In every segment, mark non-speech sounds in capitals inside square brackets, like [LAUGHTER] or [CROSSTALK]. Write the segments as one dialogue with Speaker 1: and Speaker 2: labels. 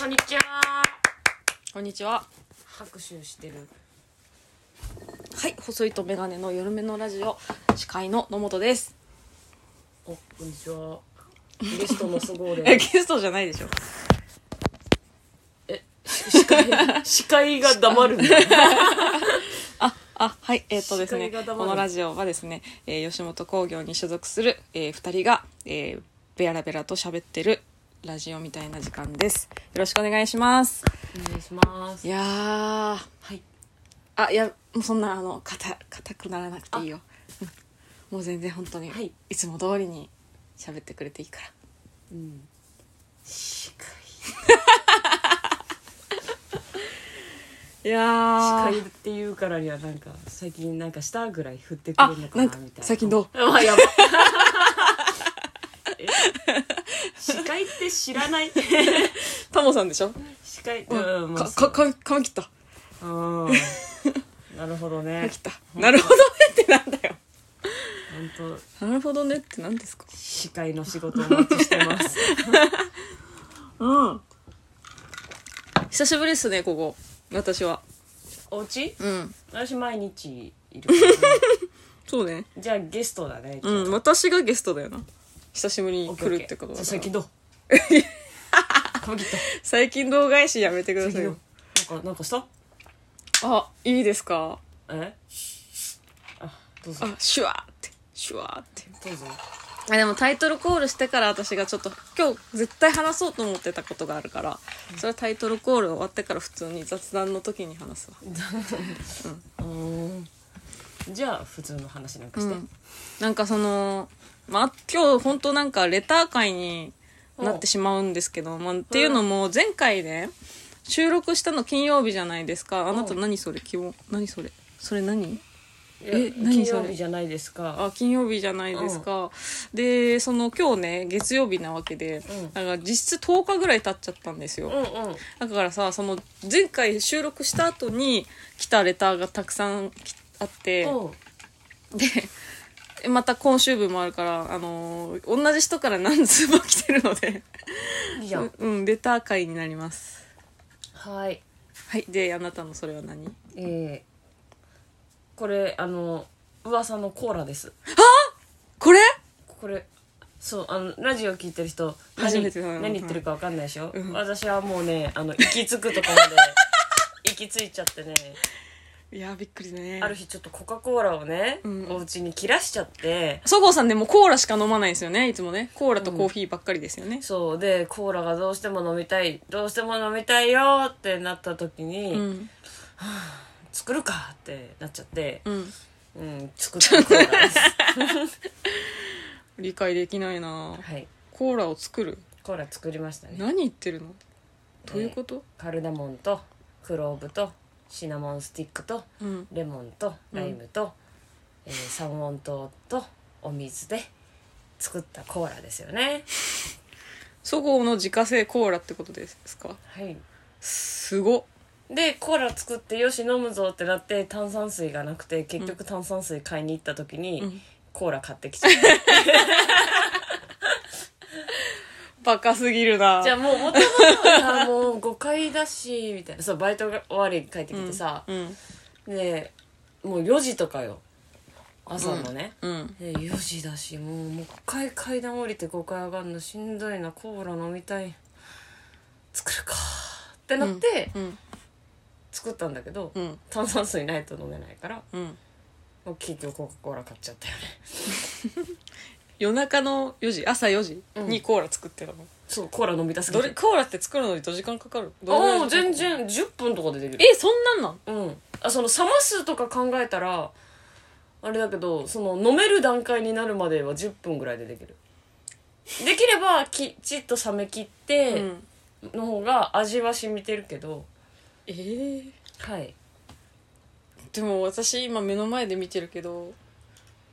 Speaker 1: こんにちは
Speaker 2: こんにちは。
Speaker 1: 拍手してる
Speaker 2: はい、細いとメガネの緩めのラジオ司会の野本です。
Speaker 1: おこんにちはゲストのすごい
Speaker 2: [LAUGHS]
Speaker 1: で
Speaker 2: え、 [LAUGHS] ゲストじゃないでしょ。
Speaker 1: 司会司会が黙るんだ
Speaker 2: あ、はい、えっ、とです
Speaker 1: 司会
Speaker 2: ね、
Speaker 1: が黙る
Speaker 2: このラジオはですね、えー吉本興業に所属する、えー、2人が、えー、ベラベラと喋ってるラジオみたいな時間です。よろしくお願いします。
Speaker 1: お願いします
Speaker 2: いやー、
Speaker 1: はい
Speaker 2: あ、いや、もうそんな、あの、硬、硬くならなくていいよ。うんもう全然本当に、
Speaker 1: はい
Speaker 2: い、つも通りに喋ってくれていいから。
Speaker 1: うん司会
Speaker 2: いや
Speaker 1: 司会っていうからにはなんか最近なんかしたぐらい振ってくれ
Speaker 2: あ
Speaker 1: るの、か
Speaker 2: な
Speaker 1: なんみ
Speaker 2: か
Speaker 1: たいな
Speaker 2: 最近どう
Speaker 1: まあや
Speaker 2: [LAUGHS]
Speaker 1: ばえ司会って知らない
Speaker 2: タモさんでしょ
Speaker 1: 司会
Speaker 2: う
Speaker 1: うんん、まあ
Speaker 2: か、か、か、髪切った。
Speaker 1: うんなるほどね
Speaker 2: 切った。なるほどねってなんだよ。
Speaker 1: 本当
Speaker 2: なるほどねって何ですか
Speaker 1: 司会の仕事をお待ちしてます
Speaker 2: [LAUGHS] うん。久しぶりですね、ここ。私は。
Speaker 1: お家
Speaker 2: うん。
Speaker 1: 私毎日いる [LAUGHS] からね
Speaker 2: そうね。
Speaker 1: じゃあゲストだね
Speaker 2: うん。私がゲストだよな。久しぶりに来るってこと
Speaker 1: だ
Speaker 2: だから
Speaker 1: 最近
Speaker 2: [LAUGHS]
Speaker 1: どう髪切った
Speaker 2: 最近動画返しやめてくだ
Speaker 1: 最
Speaker 2: さい
Speaker 1: 近どう。なん
Speaker 2: よ
Speaker 1: かなんかした
Speaker 2: あ、いいですか
Speaker 1: えあどうぞ
Speaker 2: あ、シュワーって。シュワーって。
Speaker 1: どうぞ
Speaker 2: あ、でもタイトルコールしてから私がちょっと今日絶対話そうと思ってたことがあるから、それはタイトルコール終わってから普通に雑談の時に話すわ。
Speaker 1: うんじゃあ普通の話なんかして、
Speaker 2: うん、なんかその、まあ、今日本当なんかレター会になってしまうんですけど、まあ、っていうのも前回ね収録したの金曜日じゃないですかあなた
Speaker 1: うん
Speaker 2: 何それ希望何それそれ何
Speaker 1: いや
Speaker 2: え
Speaker 1: 金
Speaker 2: 何それ
Speaker 1: 曜日じゃないですか
Speaker 2: あ金曜日じゃないですか、でその今日ね月曜日なわけで、
Speaker 1: うん
Speaker 2: だから実質10日ぐらい経っちゃったんですよ、
Speaker 1: うんうん
Speaker 2: だからさその前回収録した後に来たレターがたくさんきあって、
Speaker 1: うん
Speaker 2: でまた今週分もあるから、あのー同じ人から何通も来てるので
Speaker 1: いいやん
Speaker 2: [LAUGHS] ううんレター会になります
Speaker 1: はい
Speaker 2: はいであなたのそれは何
Speaker 1: えー、これあの噂のコーラです
Speaker 2: これ
Speaker 1: これそうあのラジオ聞いてる人
Speaker 2: 初
Speaker 1: 何
Speaker 2: めてだな
Speaker 1: 何言ってるか分かんないでしょ、
Speaker 2: うん
Speaker 1: 私はもうねあの行き着くとこまで [LAUGHS] 行き着いちゃってね
Speaker 2: いやーびっくりね
Speaker 1: ある日ちょっとコカ・コーラをね、
Speaker 2: うん
Speaker 1: お家に切らしちゃって
Speaker 2: そごうさんでもコーラしか飲まないんですよねいつもねコーラとコーヒーばっかりですよね
Speaker 1: そうでコーラがどうしても飲みたいどうしても飲みたいよってなった時に、
Speaker 2: うんうん、
Speaker 1: 作るかってなっちゃってうん作ったコーラで
Speaker 2: [LAUGHS]
Speaker 1: す
Speaker 2: 理解できないな
Speaker 1: はい
Speaker 2: コーラを作る
Speaker 1: コーラ作りましたね
Speaker 2: 何言ってるのどういうこと、
Speaker 1: カルダモンとクローブとシナモンスティックと
Speaker 2: うん
Speaker 1: レモンとライムと、えー三温糖とお水で作ったコーラですよね
Speaker 2: そごうの自家製コーラってことですか
Speaker 1: はい
Speaker 2: すごっ
Speaker 1: でコーラ作ってよし飲むぞってなって炭酸水がなくて結局炭酸水買いに行った時に、
Speaker 2: うん
Speaker 1: コーラ買ってきちゃった
Speaker 2: バカすぎる
Speaker 1: [LAUGHS]
Speaker 2: な
Speaker 1: じゃあもう元々はさもう誤解だしみたいなそうバイトが終わりに帰ってきてさ、
Speaker 2: うん
Speaker 1: でもう4時とかよ朝のね、
Speaker 2: うん
Speaker 1: で4時だしもうもう一回階段降りて5階上がるのしんどいなコーラ飲みたい作るかってなって
Speaker 2: うん
Speaker 1: 作ったんだけど、
Speaker 2: うん
Speaker 1: 炭酸水ないと飲めないから
Speaker 2: うん
Speaker 1: もう結局コカ・コーラ買っちゃったよね
Speaker 2: 夜中の4時朝4時
Speaker 1: うん
Speaker 2: にコーラ作ってたの、
Speaker 1: そうコーラ飲みたすぎ
Speaker 2: どれ
Speaker 1: て
Speaker 2: コーラって作るのにどれ時間かかるどれぐらい
Speaker 1: ああ
Speaker 2: 時間かか
Speaker 1: 全然
Speaker 2: る
Speaker 1: 10分とかでできる
Speaker 2: えそんなんなん
Speaker 1: うんあその冷ますとか考えたらあれだけどその飲める段階になるまでは10分ぐらいでできるできればきちっと冷め切って
Speaker 2: ん、
Speaker 1: の方が味は染みてるけど、
Speaker 2: えー
Speaker 1: はい
Speaker 2: でも私今目の前で見てるけど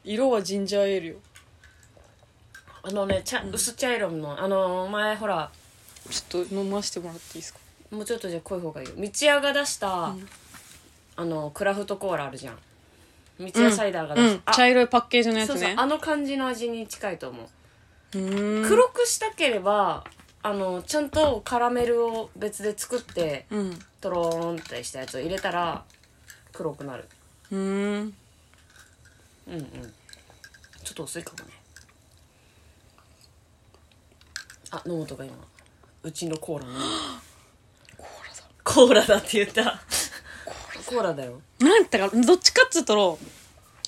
Speaker 2: 色はジンジャーエールよ
Speaker 1: あのね、ちゃ、薄茶色の、あのー前ほら、
Speaker 2: ちょっと飲ませてもらっていいですか
Speaker 1: もうちょっとじゃあ濃い方がいいよ。道屋が出した、
Speaker 2: ん
Speaker 1: あの、クラフトコーラあるじゃん。道屋サイダーが
Speaker 2: う
Speaker 1: 出し
Speaker 2: ん
Speaker 1: た。あ
Speaker 2: 茶色いパッケージのやつ
Speaker 1: そう
Speaker 2: ね
Speaker 1: そう、あの感じの味に近いと思う。
Speaker 2: うーん
Speaker 1: 黒くしたければ、あのちゃんとカラメルを別で作って
Speaker 2: うんう
Speaker 1: とろーんってしたやつを入れたら黒くなる
Speaker 2: ーん
Speaker 1: うんうんちょっと薄いかもねあ野本が今うちのコーラのコーラだコーラだって言ったコーラだよ
Speaker 2: なんてかどっちかっつうとろ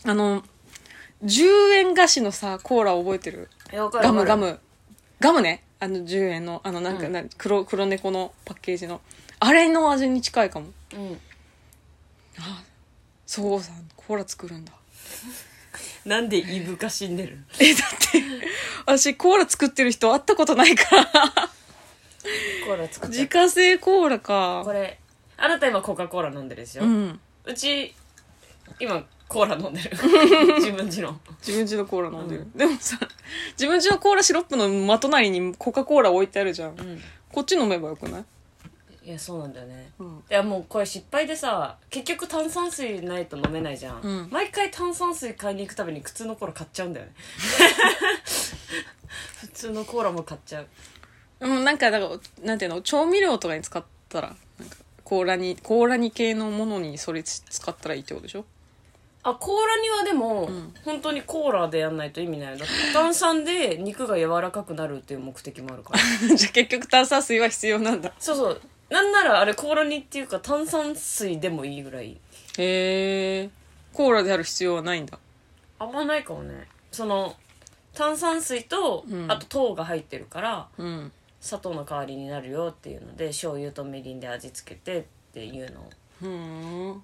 Speaker 2: あの10円菓子のさコーラ覚えてる
Speaker 1: えわかる
Speaker 2: ガム
Speaker 1: わか
Speaker 2: ガ
Speaker 1: る
Speaker 2: ムガムねあの10円のあのなんか、
Speaker 1: うん
Speaker 2: な黒黒猫のパッケージのあれの味に近いかも
Speaker 1: うん
Speaker 2: あそごうさんコーラ作るんだ
Speaker 1: なんでいぶか死んでる
Speaker 2: えだって私コーラ作ってる人会ったことない [LAUGHS] から
Speaker 1: コーラ作っ
Speaker 2: 自
Speaker 1: て
Speaker 2: 家製コーラ
Speaker 1: こ
Speaker 2: か
Speaker 1: れあなた今コカ・コーラ飲んでるでしょ、
Speaker 2: う
Speaker 1: うんち今コーラ飲んで [LAUGHS] る自分ちの
Speaker 2: 自分家のコーラ飲んでる、でもさ自分家のコーラシロップの真隣にコカ・コーラ置いてあるじゃん、
Speaker 1: ん
Speaker 2: こっち飲めばよくない、
Speaker 1: いやそうなんだよね
Speaker 2: うん、
Speaker 1: いやもうこれ失敗でさ結局炭酸水ないと飲めないじゃん、
Speaker 2: うん
Speaker 1: 毎回炭酸水買いに行くたびに普通のコーラ買っちゃうん
Speaker 2: [LAUGHS]
Speaker 1: だよね普通のコーラも買っちゃう
Speaker 2: でもなんかだからなんていうの調味料とかに使ったらなんかコーラにコーラに系のものにそれ使ったらいいってことでしょ
Speaker 1: あコーラにはでも、
Speaker 2: うん
Speaker 1: 本当にコーラでやんないと意味ないよだって炭酸で肉が柔らかくなるっていう目的もある
Speaker 2: [LAUGHS]
Speaker 1: から
Speaker 2: じゃあ結局炭酸水は必要なんだ
Speaker 1: そうそうなんならあれコーラにっていうか炭酸水でもいいぐらい
Speaker 2: へえコーラである必要はないんだ
Speaker 1: あんまないかもねその炭酸水と、
Speaker 2: うん
Speaker 1: あと糖が入ってるから
Speaker 2: うん
Speaker 1: 砂糖の代わりになるよっていうので醤油とみりんで味付けてっていうの
Speaker 2: ふーん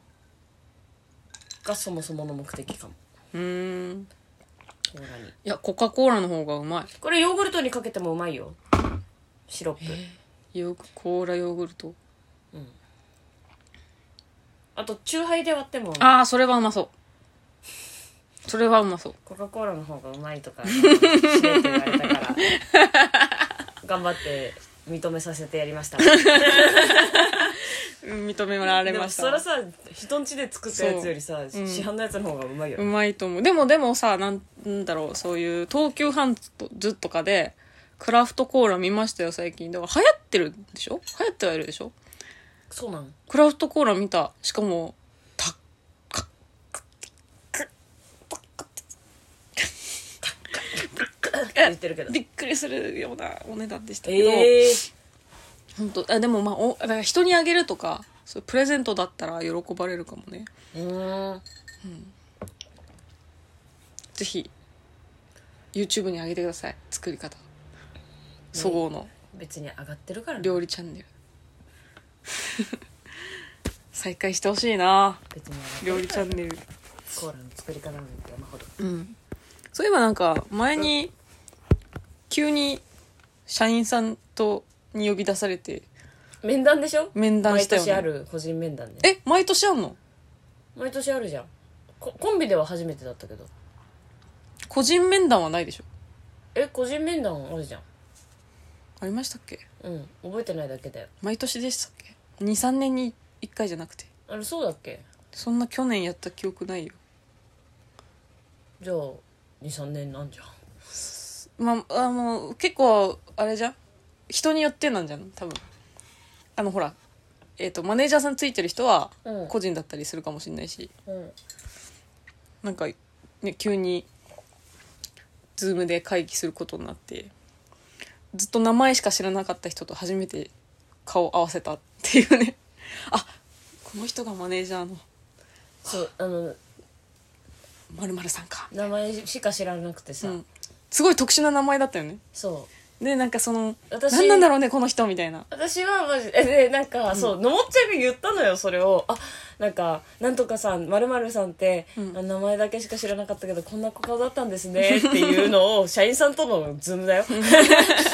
Speaker 1: がそもそもの目的かも
Speaker 2: うーん
Speaker 1: コーラに
Speaker 2: いやコカ・コーラの方がうま
Speaker 1: これヨーグルトにかけてもうまいよシロップ、
Speaker 2: いよくコーラヨーグルト
Speaker 1: あとチューハイで割っても
Speaker 2: ああそれはうまそうそれはうまそう
Speaker 1: コカ・コーラの方がうまいとか知れって言われた [LAUGHS] から頑張って認めさせてやりました
Speaker 2: 認められまし
Speaker 1: でも
Speaker 2: た
Speaker 1: それはさ人んちで作ったやつよりさ、
Speaker 2: ん
Speaker 1: 市販のやつの方がうまいよ、
Speaker 2: うまいと思うでもでもさなんなんだろうそういう東急ハンズとかでクラフトコーラ見ましたよ最近だから流行ってるんでしょ流行ってはいるでしょ
Speaker 1: そうなん
Speaker 2: クラフトコーラ見たしかもた
Speaker 1: 言ってるけど
Speaker 2: びっくりするようなお値段でしたけど、
Speaker 1: ええー、
Speaker 2: 本当あでもまあおだから人にあげるとかそういうプレゼントだったら喜ばれるかもね
Speaker 1: うーん
Speaker 2: ぜひ YouTube に上げてください作り方そごうの
Speaker 1: 別に上がってるからね
Speaker 2: 料理チャンネル [LAUGHS] 再開してほしいな
Speaker 1: 別に上がってる
Speaker 2: 料理チャンネル
Speaker 1: コーラの作り方なんて山ほど
Speaker 2: うんそういえばなんか前に急に社員さんとに呼び出されて
Speaker 1: 面談でしょ
Speaker 2: 面談したよね
Speaker 1: 毎年ある個人面談ね
Speaker 2: え毎年あんの
Speaker 1: 毎年あるじゃんココンビでは初めてだったけど
Speaker 2: 個人面談はないでしょ
Speaker 1: え個人面談あるじゃん
Speaker 2: ありましたっけ
Speaker 1: うん覚えてないだけだよ
Speaker 2: 毎年でしたっけ23年に1回じゃなくて
Speaker 1: あれそうだっけ
Speaker 2: そんな去年やった記憶ないよ
Speaker 1: じゃあ23年なんじゃん
Speaker 2: まあ、あの結構あれじゃん人によってなんじゃん多分あのほら、えっとマネージャーさんついてる人は
Speaker 1: うん
Speaker 2: 個人だったりするかもしれないし、
Speaker 1: うん
Speaker 2: なんか、ね、急にズームで会議することになってずっと名前しか知らなかった人と初めて顔を合わせたっていうねあこの人がマネージャーの
Speaker 1: そうあの
Speaker 2: 〇〇さんか、
Speaker 1: 名前しか知らなくて
Speaker 2: う
Speaker 1: さ、
Speaker 2: ん、すごい特殊な名前だったよね
Speaker 1: そう
Speaker 2: でなんかその
Speaker 1: 私
Speaker 2: 何なんだろうねこの人みたいな
Speaker 1: 私はマジえでなんか、そうのもっちゃんが言ったのよそれをあなんかなんとかさんまるさんって、
Speaker 2: ん
Speaker 1: あ名前だけしか知らなかったけどこんな子顔だったんですねっていうの [LAUGHS] を社員さんとのズームだよ [LAUGHS]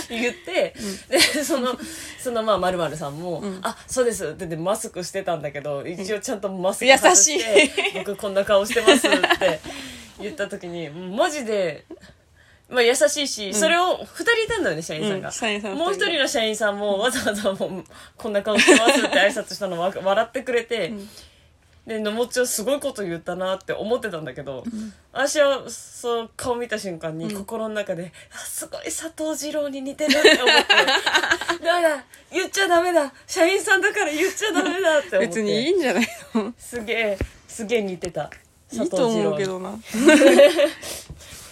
Speaker 1: 言って、でそのそのまあまるさんも「あそうです」って言ってマスクしてたんだけど一応ちゃんとマスク外して
Speaker 2: 優し
Speaker 1: 「僕こんな顔してます」って言った時にマジで。まあ優しいし、それを2人いたんだよね社員さんが、
Speaker 2: うん社員さん二人
Speaker 1: もう1人の社員さんもわざわざもうこんな顔してますって挨拶したのわ笑ってくれて、でのもっちょすごいこと言ったなって思ってたんだけど、私はそう顔見た瞬間に心の中で、あすごい佐藤二郎に似てるって思って
Speaker 2: [LAUGHS]
Speaker 1: だ社員さんだから言っちゃダメだって思って
Speaker 2: 別にいいんじゃないの
Speaker 1: すげえすげえ似てた
Speaker 2: いいと思うけどな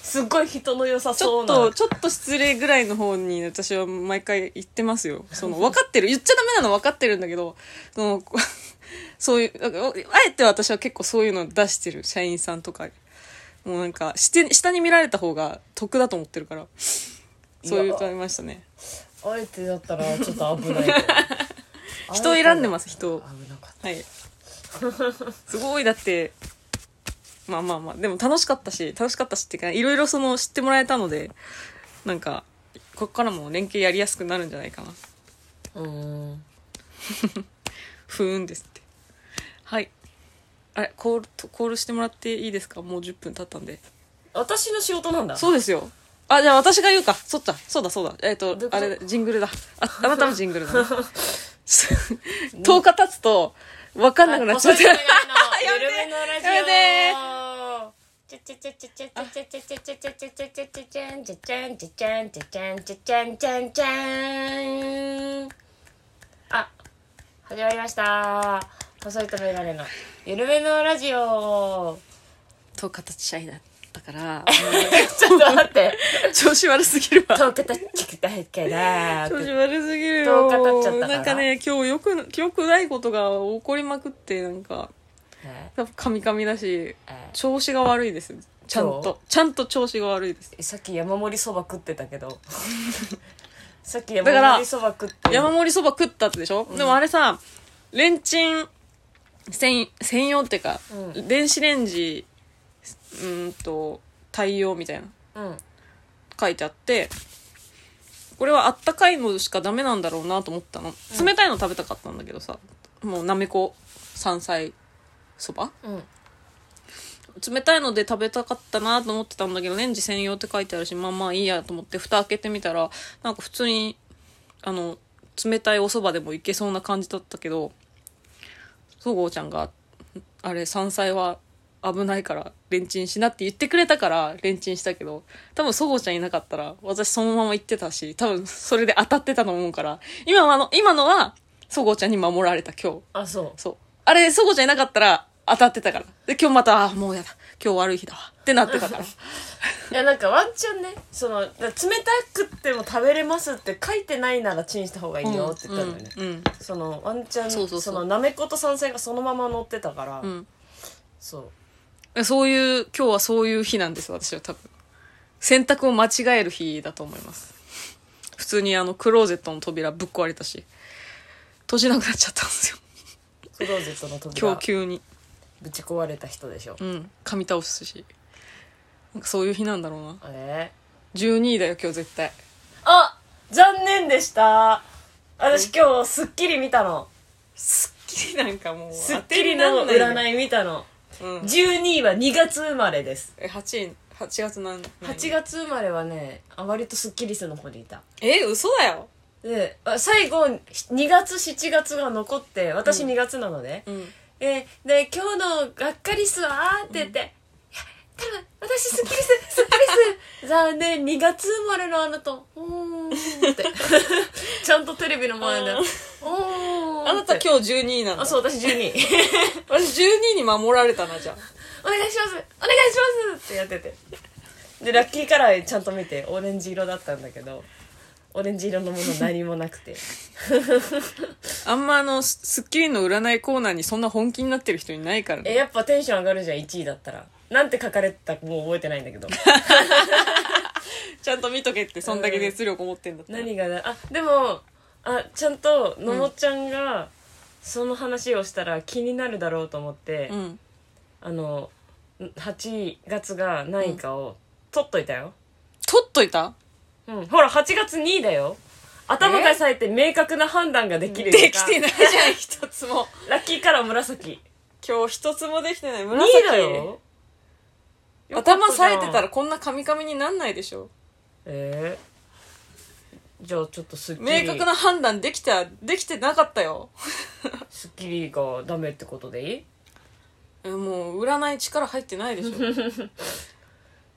Speaker 1: すっごい人の良さ
Speaker 2: ちょ
Speaker 1: そう
Speaker 2: っ
Speaker 1: な
Speaker 2: とちょっと失礼ぐらいの方に私は毎回言ってますよその分かってる言っちゃダメなの分かってるんだけどその [LAUGHS] こうそういうなんかあえて私は結構そういうの出してる社員さんとかもうなんかして下に見られた方が得だと思ってるからそういうとありましたね
Speaker 1: あえてだったらちょっと危 [LAUGHS] ない
Speaker 2: 人を選んでます人を
Speaker 1: 危なかっ
Speaker 2: はい [LAUGHS] すごいだってまあまあまあでも楽しかったし楽しかったしっていうかいろいろその知ってもらえたのでなんかここからも連携やりやすくなるんじゃないかな
Speaker 1: たうーん
Speaker 2: ふーんですってはいあれコールとコールしてもらっていいですかもう10分経ったんで
Speaker 1: 私の仕事なんだ
Speaker 2: そうですよあじゃあ私が言うかそっかそうだそうだえっ、
Speaker 1: どうい
Speaker 2: と
Speaker 1: うこと
Speaker 2: あれだジングルだああなたのジング
Speaker 1: [LAUGHS]
Speaker 2: ルだ、ね、10日経つと分かんなくなっちゃった
Speaker 1: あ細い眼鏡の
Speaker 2: やめて
Speaker 1: 緩めのラジオ
Speaker 2: やめ
Speaker 1: チャチャチャチャチャチャチャチャチャチャチャチャチャチャチャチャチャチャチャチャチャチャチャチャチャンあ始まりました細いとメガネの緩めのラジオ
Speaker 2: 10日経っちゃいだったから
Speaker 1: [LAUGHS] ちょっと待って
Speaker 2: 調子悪すぎ
Speaker 1: [LAUGHS]
Speaker 2: るわ
Speaker 1: 10日経ってたから
Speaker 2: 調子悪すぎるよ
Speaker 1: 10日経っちゃったから
Speaker 2: なんかね今日よく記憶ないことが起こりまくってなんかやっぱカミカミだし調子が悪いですちゃん
Speaker 1: そう
Speaker 2: とちゃんと調子が悪いです
Speaker 1: さっき山盛りそば食ってたけ
Speaker 2: [LAUGHS]
Speaker 1: どさっき
Speaker 2: だか
Speaker 1: 山盛
Speaker 2: ら
Speaker 1: りそば食って
Speaker 2: 山盛りそば食ったってでしょ、でもあれさレンチン専専用っていうか、
Speaker 1: う
Speaker 2: 電子レンジうーんと対応みたいな
Speaker 1: うん
Speaker 2: 書いてあってこれはあったかいのしかダメなんだろうなと思ったの冷たいの食べたかったんだけどさもうなめこ山菜そば
Speaker 1: うん
Speaker 2: 冷たいので食べたかったなと思ってたんだけどレンジ専用って書いてあるしまあまあいいやと思って蓋開けてみたらなんか普通にあの冷たいお蕎麦でもいけそうな感じだったけどそごうちゃんがあれ山菜は危ないからレンチンしなって言ってくれたからレンチンしたけど多分そごうちゃんいなかったら私そのまま行ってたし多分それで当たってたと思うから今はあの今のはそごうちゃんに守られた今日。
Speaker 1: あそう
Speaker 2: そう。あれ、そこじゃいなかったら当たってたから。で、今日また、あーもうやだ。今日悪い日だわ。ってなってた
Speaker 1: [LAUGHS]
Speaker 2: か
Speaker 1: い
Speaker 2: ら。
Speaker 1: やなんかワンチャンねその冷たくっても食べれますって書いてないならチンした方がいいよって言ったんだよね、
Speaker 2: うん。うん
Speaker 1: そのワンチャン
Speaker 2: そうそうそう
Speaker 1: のなめこと山菜がそのまま乗ってたから、
Speaker 2: うん
Speaker 1: そう
Speaker 2: うんそういう、今日はそういう日なんです、私は多分。洗濯を間違える日だと思います。普通にあの、クローゼットの扉ぶっ壊れたし、閉じなくなっちゃったんですよ。
Speaker 1: クローゼットの
Speaker 2: 今
Speaker 1: 扉
Speaker 2: 日急に。
Speaker 1: ぶち壊れた人でしょ、
Speaker 2: うん。噛み倒すし。なんかそういう日なんだろうな。
Speaker 1: あれ
Speaker 2: 12位だよ、今日
Speaker 1: [LAUGHS]
Speaker 2: 絶対。
Speaker 1: あ残念でした私今日『スッキリ』見たの
Speaker 2: すっきりなんかも
Speaker 1: 『
Speaker 2: う。
Speaker 1: スッキリ』の占い
Speaker 2: い。
Speaker 1: 見たの
Speaker 2: うん。
Speaker 1: 12位は2月生まれです
Speaker 2: え、8位、8月なん
Speaker 1: 8月生まれはねあ割とスッキリすの方にいた
Speaker 2: え嘘だよ
Speaker 1: であ最後2月7月が残って私
Speaker 2: うん
Speaker 1: 2月なのね、
Speaker 2: うん
Speaker 1: でで今日のがっかりっすわーって言って「いや多分私すっきりすすっきり [LAUGHS] す残念2月生まれのあなたうー [LAUGHS] ん」ってちゃんとテレビの前で「う
Speaker 2: あー
Speaker 1: ーん」
Speaker 2: あなた今日12位なんだ
Speaker 1: あそう私12
Speaker 2: 私12位に守られたなじゃ
Speaker 1: お願いしますお願いしますってやっててでラッキーカラーちゃんと見てオレンジ色だったんだけどオレンジ色のもの何もなくて
Speaker 2: ああんまあの『ススッキリ』の占いコーナーにそんな本気になってる人いないから
Speaker 1: え
Speaker 2: ね
Speaker 1: やっぱテンション上がるじゃん1位だったらなんて書かれてたかもう覚えてないんだけど
Speaker 2: ちゃんと見とけってそんだけ熱量こもってんだったら
Speaker 1: 何がなあでもあちゃんとのもちゃんがその話をしたら気になるだろうと思って、
Speaker 2: うん
Speaker 1: あの8月が何位かを取っといたよ、
Speaker 2: 取っといた
Speaker 1: うんほら8月2位だよ頭が冴えて明確な判断ができる
Speaker 2: できてないいじゃん一つも
Speaker 1: ラッキーカラー紫
Speaker 2: 今日一つもできてない
Speaker 1: 2位
Speaker 2: 紫
Speaker 1: だよ
Speaker 2: 頭冴えてた
Speaker 1: ら
Speaker 2: らこんなカミカミになんないでしょ
Speaker 1: えー、じゃあちょっとすっき
Speaker 2: 明
Speaker 1: り
Speaker 2: 確な判断できたできてなかったよ
Speaker 1: スッキリがダメってことでいい
Speaker 2: えもう占い力入ってないでしょ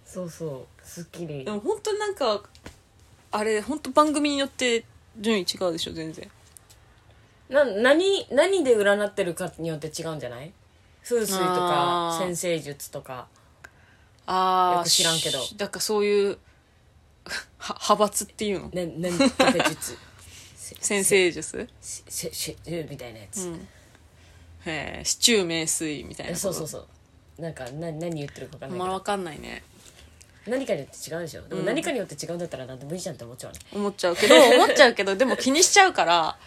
Speaker 1: そうそうスッキリ
Speaker 2: でも本当になんかあれ本当番組によって順位違うでしょ全然
Speaker 1: な何何で占ってるかによって違うんじゃない風水とか
Speaker 2: あー
Speaker 1: 先生術とか
Speaker 2: あ
Speaker 1: よ
Speaker 2: あ
Speaker 1: く知らんけど
Speaker 2: だからそういう [LAUGHS] は派閥っていうの
Speaker 1: ね何とか術せ
Speaker 2: [LAUGHS] 先生術、
Speaker 1: せせせせみたいなや
Speaker 2: う
Speaker 1: つ、
Speaker 2: ん、へえ市中名水みたい
Speaker 1: え
Speaker 2: な
Speaker 1: そうそう
Speaker 2: う
Speaker 1: そうなんかな何言ってるか分かん
Speaker 2: あ
Speaker 1: な
Speaker 2: ん
Speaker 1: いけ
Speaker 2: まり
Speaker 1: ど
Speaker 2: わかんないね
Speaker 1: 何かによって違うでしょでも
Speaker 2: うん
Speaker 1: 何かによって違うんだったらなんでもいいじゃんって思っちゃうね、
Speaker 2: 思っちゃうけ
Speaker 1: [LAUGHS]
Speaker 2: ど思っちゃうけどでも気にしちゃうから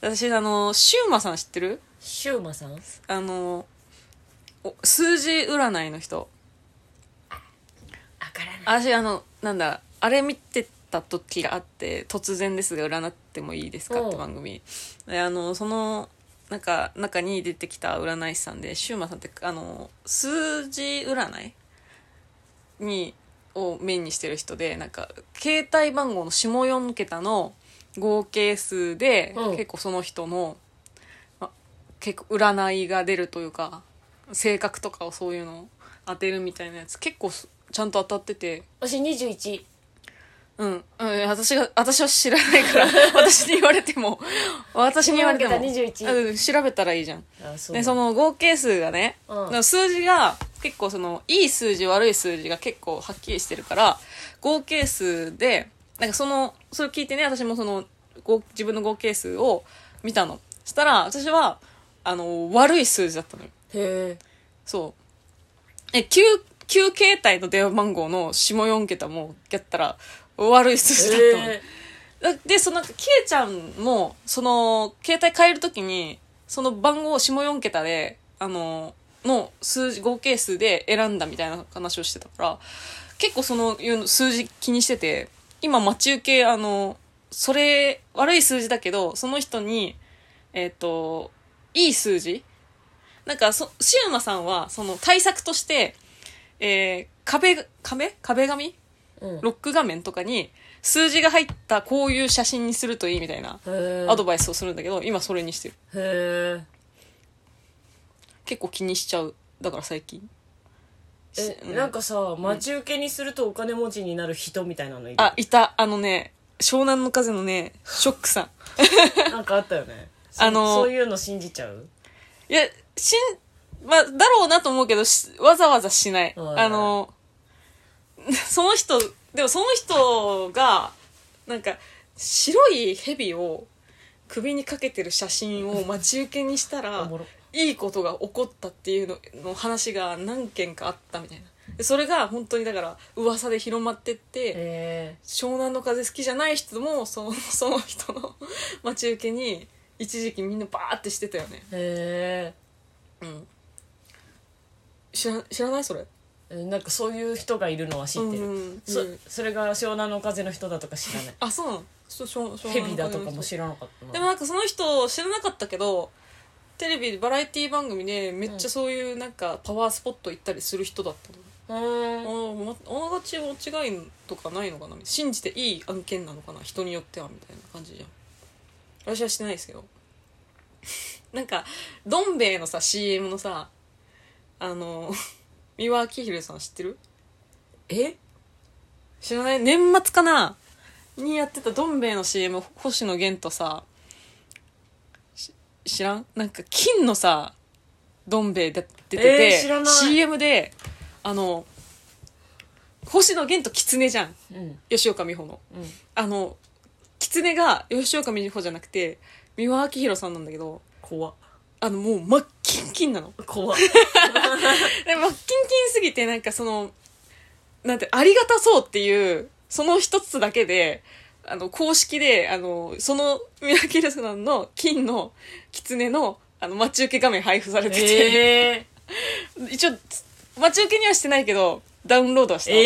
Speaker 2: 私あのシューマさん知ってる
Speaker 1: シューマさん
Speaker 2: あのお数字占いの人
Speaker 1: あからない
Speaker 2: 私あのなんだあれ見てた時があって「突然ですが占ってもいいですか?」
Speaker 1: うん
Speaker 2: って番組であのそのなんか中に出てきた占い師さんでシューマさんってあの数字占いにをメインにしてる人でなんか携帯番号の下4桁の合計数で、
Speaker 1: うん
Speaker 2: 結構その人の、ま、結構占いが出るというか性格とかをそういうのを当てるみたいなやつ結構すちゃんと当たってて。
Speaker 1: 私21
Speaker 2: うん、うん、私が私は知らないから
Speaker 1: [LAUGHS]
Speaker 2: 私に言われても私に言われても
Speaker 1: 下四桁21
Speaker 2: うん、調べたらいいじゃん
Speaker 1: あそう
Speaker 2: でその合計数がね、
Speaker 1: うん
Speaker 2: だから数字が結構そのいい数字悪い数字が結構はっきりしてるから合計数でなんかそのそれ聞いてね私もその合自分の合計数を見たのそしたら私はあの悪い数字だったのよ
Speaker 1: へえ
Speaker 2: そうえ旧旧携帯の電話番号の下4桁もやったら悪い数字だったの、
Speaker 1: へ
Speaker 2: だで、そのなんか、ケイちゃんも、その、携帯変えるときに、その番号を下4桁で、あの、の数字、合計数で選んだみたいな話をしてたから、結構そのいうの数字気にしてて、今待ち受け、あの、それ、悪い数字だけど、その人に、えっ、と、いい数字なんかそ、シウマさんは、その対策として、えー、壁、壁壁紙
Speaker 1: えうん
Speaker 2: ロック画面とかに数字が入ったこういう写真にするといいみたいな
Speaker 1: へえ
Speaker 2: アドバイスをするんだけど今それにしてる
Speaker 1: へ
Speaker 2: 結構気にしちゃうだから最近
Speaker 1: え
Speaker 2: しう
Speaker 1: えなんかさ待ち受けにするとお金持ちになる人みたいなのいる
Speaker 2: あいたあのね湘南の風のねショックさん
Speaker 1: なんかあったよねそ
Speaker 2: [LAUGHS] あの
Speaker 1: そういうの信じちゃう
Speaker 2: いやしんまあだろうなと思うけどしわざわざしない
Speaker 1: うん
Speaker 2: あの [LAUGHS] その人でもその人がなんか白い蛇を首にかけてる写真を待ち受けにした [LAUGHS]
Speaker 1: お
Speaker 2: ら
Speaker 1: もろ
Speaker 2: いいことが起こったっていうのの話が何件かあったみたいなでそれが本当にだから噂で広まってって
Speaker 1: へ
Speaker 2: 湘南の風好きじゃない人もその [LAUGHS] その人の [LAUGHS] 待ち受けに一時期みんなバーってしてたよね
Speaker 1: えへ
Speaker 2: うん知ら知らないそれ
Speaker 1: えなんかそういう人がいるのは知ってる、
Speaker 2: うんうん
Speaker 1: そ
Speaker 2: うん
Speaker 1: それが湘南の風の人だとか知らない
Speaker 2: あ [LAUGHS] そうなのちょっとしょ湘南
Speaker 1: ヘ
Speaker 2: の風
Speaker 1: ビ
Speaker 2: の
Speaker 1: だとかも
Speaker 2: 人
Speaker 1: 知らなかったな
Speaker 2: でもなんかその人知らなかったけどテレビバラエティ番組でめっちゃそういうなんかパワースポット行ったりする人だったの
Speaker 1: うーん
Speaker 2: あまあながち間違いとかないのかな信じていい案件なのかな人によってはみたいな感じじゃん私はしてないですけど [LAUGHS] なんかどん兵衛のさ CM のさあの [LAUGHS] 三輪明宏さん知ってる
Speaker 1: え
Speaker 2: 知らない年末かなにやってたどん兵衛の CM 星野源とさし知らんなんか金のさどん兵衛で出てて、
Speaker 1: えー知らない
Speaker 2: CM であの星野源と狐じゃん
Speaker 1: うん
Speaker 2: 吉岡美穂の
Speaker 1: うん
Speaker 2: あの狐が吉岡美穂じゃなくて三輪明宏さんなんだけど
Speaker 1: 怖っ
Speaker 2: あのもう真っキンキンなの
Speaker 1: 怖っ
Speaker 2: でも、キンキンすぎて、なんかその、なんて、ありがたそうっていう、その一つだけで、あの、公式で、あの、その、ミラキルさんの金の狐の、あの、待ち受け画面配布されてて、 [LAUGHS]
Speaker 1: えー、
Speaker 2: 一応、待ち受けにはしてないけど、ダウンロードはした。
Speaker 1: え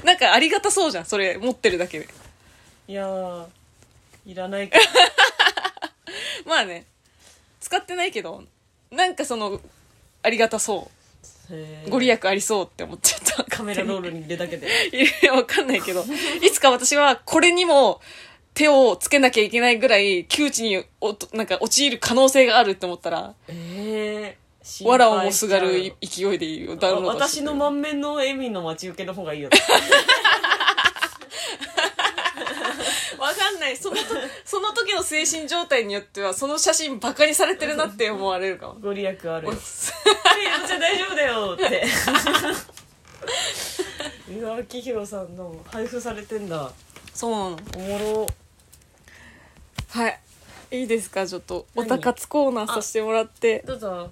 Speaker 1: え
Speaker 2: なんかありがたそうじゃん、それ、持ってるだけで。
Speaker 1: いやーいらないけど
Speaker 2: まあね、使ってないけど、なんかその、ありがたそ
Speaker 1: へ
Speaker 2: う、
Speaker 1: ー
Speaker 2: [LAUGHS] ご利益ありそうって思っちゃった。
Speaker 1: カメラロールに入れただけで
Speaker 2: いや、わかんないけど、いつか私はこれにも手をつけなきゃいけないぐらい窮地におとなんか陥る可能性があるって思ったら、
Speaker 1: え
Speaker 2: [LAUGHS]
Speaker 1: え
Speaker 2: わらをもすがる勢いでいいよ、ダウンロードして
Speaker 1: 私の満面の笑みの待ち受けの方がいいよ
Speaker 2: [LAUGHS] わかんないないそのとその時の精神状態によってはその写真バカにされてるなって思われるかも
Speaker 1: ご利益あるよえやっちゃん大丈夫だよって [LAUGHS] うわきひろさんの配布されてんだ
Speaker 2: [LAUGHS] そうなの
Speaker 1: おもろ
Speaker 2: はいいいですかちょっとお
Speaker 1: 何
Speaker 2: たかつコーナーさせてもらって
Speaker 1: どうぞ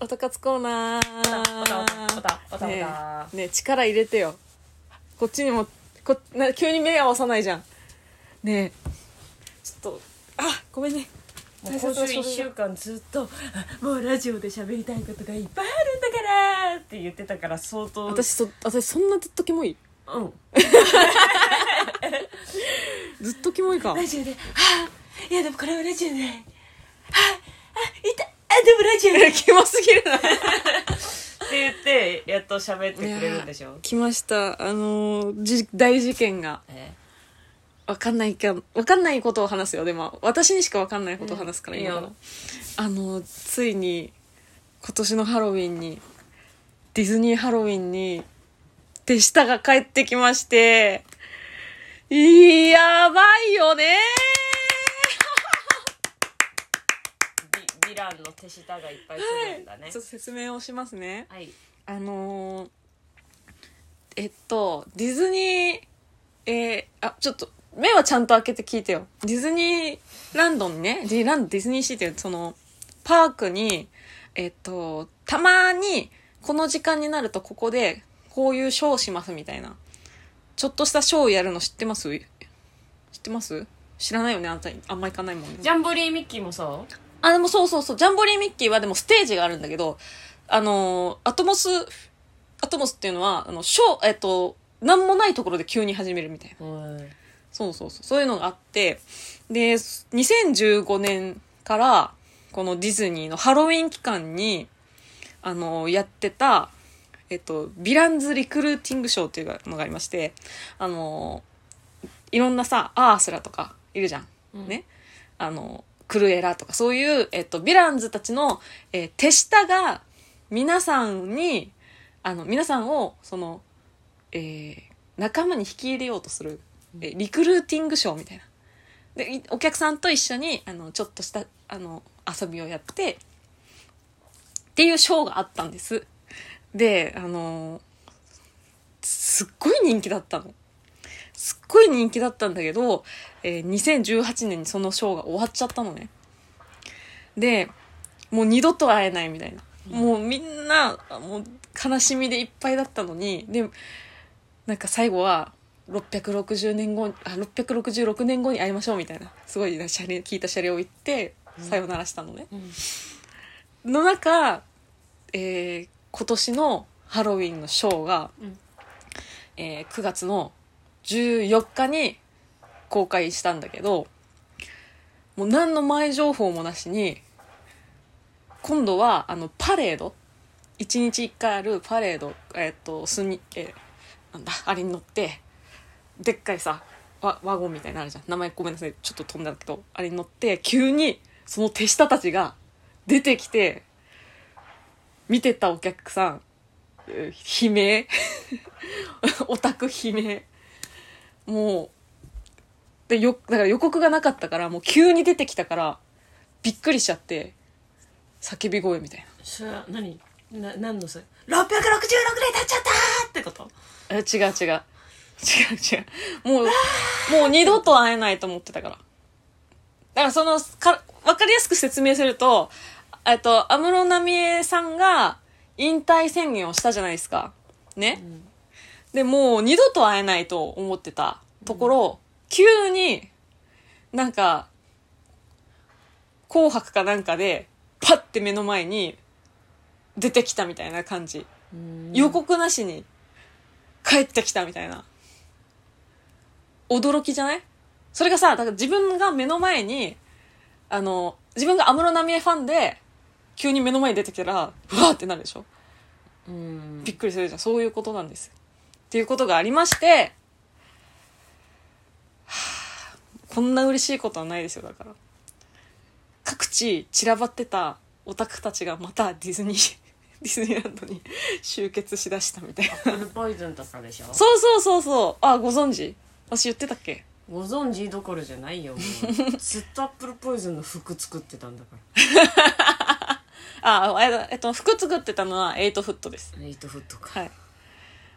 Speaker 2: おたかつコーナー
Speaker 1: おたおたおたおたおた、
Speaker 2: ねえねえ力入れてよこっちにもこな急に目合わさないじゃんねえちょっとあごめんね
Speaker 1: もう今週1週間ずっと [LAUGHS] 「もうラジオで喋りたいことがいっぱいあるんだから」って言ってたから相当
Speaker 2: 私そ私そんなずっとキモい
Speaker 1: うん
Speaker 2: ずっとキモいか
Speaker 1: ラジオで「はあいやでもこれはラジオで」はああいたあでもラジオで」っ
Speaker 2: キモすぎるな
Speaker 1: て言ってやっと喋ってくれるんでしょ
Speaker 2: 来ましたあのーじ大事件が
Speaker 1: え
Speaker 2: わかんないかわかんないことを話すよでも私にしかわかんないことを話すから、
Speaker 1: うん
Speaker 2: 今か
Speaker 1: いい
Speaker 2: ら
Speaker 1: よ
Speaker 2: あのついに今年のハロウィンにディズニーハロウィンに手下が帰ってきましていやばいよね
Speaker 1: ディディランの手下がいっぱい来るんだね
Speaker 2: ちょっと説明をしますね
Speaker 1: はい、
Speaker 2: あのーえっとディズニーえーあちょっと目はちゃんと開けて聞いてよディズニーランドにねディズニーランドディズニーシーっていうそのパークにえっとたまにこの時間になるとここでこういうショーしますみたいなちょっとしたショーをやるの知ってます知ってます知らないよねあんたあんま行かないもんね
Speaker 1: ジャンボリーミッキーもさ
Speaker 2: あ、でもそうそうそう。ジャンボリーミッキーはでもステージがあるんだけど、あのーアトモス、アトモスっていうのは、あの、ショー、えっと、なんもないところで急に始めるみたいな。
Speaker 1: はい
Speaker 2: そうそうそう。そういうのがあって、で、2015年から、このディズニーのハロウィン期間に、あのーやってた、えっと、ヴィランズ・リクルーティング・ショーっていうのがありまして、あのーいろんなさ、アースラとかいるじゃん。
Speaker 1: うん
Speaker 2: ね。あの、クルエラとか、そういう、えっと、ヴィランズたちの、えー手下が、皆さんに、あの、皆さんを、その、えー仲間に引き入れようとする、えーリクルーティングショーみたいな。で、いお客さんと一緒に、あの、ちょっとした、あの、遊びをやって、っていうショーがあったんです。で、あのすっごい人気だったの。すっごい人気だったんだけど、えー2018年にそのショーが終わっちゃったのね。で、もう二度と会えないみたいな。もうみんな、あもう悲しみでいっぱいだったのに、で、なんか最後は、660年後に、あ、666年後に会いましょうみたいな、すごいなシャレ、聞いたシャレを言って、さよならしたのね。
Speaker 1: うん
Speaker 2: の中、えー今年のハロウィンのショーが、
Speaker 1: うん
Speaker 2: えー9月の14日に公開したんだけどもう何の前情報もなしに今度はあのパレード1日1回あるパレード、えーっとすみえーなんだあれに乗ってでっかいさワワゴンみたいなのあるじゃん名前ごめんなさいちょっと飛んだけどあれに乗って急にその手下たちが出てきて見てたお客さんえー悲鳴 [LAUGHS] オタク悲鳴もうでよだから予告がなかったからもう急に出てきたからびっくりしちゃって叫び声みたいな
Speaker 1: それは何な何のそれ666年経っちゃったってこと
Speaker 2: え違う違う違う違うもうもう二度と会えないと思ってたからだからそのか分かりやすく説明するとえっと安室奈美恵さんが引退宣言をしたじゃないですかね、
Speaker 1: ん
Speaker 2: でもう二度と会えないと思ってたところ、急になんか「紅白」かなんかでパッて目の前に出てきたみたいな感じ予告なしに帰ってきたみたいな驚きじゃないそれがさだから自分が目の前にあの自分が安室奈美恵ファンで急に目の前に出てきたらうわーってなるでしょ
Speaker 1: うん [LAUGHS]
Speaker 2: びっくりするじゃんそういうことなんですっていうことがありまして、はあこんな嬉しいことはないですよだから各地散らばってたオタクたちがまたディズニー [LAUGHS] ディズニーランドに集結しだしたみたいな
Speaker 1: アップルポイズンとかでしょ
Speaker 2: そうそうそうそう。あ、ご存知私言ってたっけ
Speaker 1: ご存知どころじゃないよもうずっとアップルポイズンの服作ってたんだから
Speaker 2: ああえっと服作ってたのはエイトフットです
Speaker 1: エイトフットか
Speaker 2: はい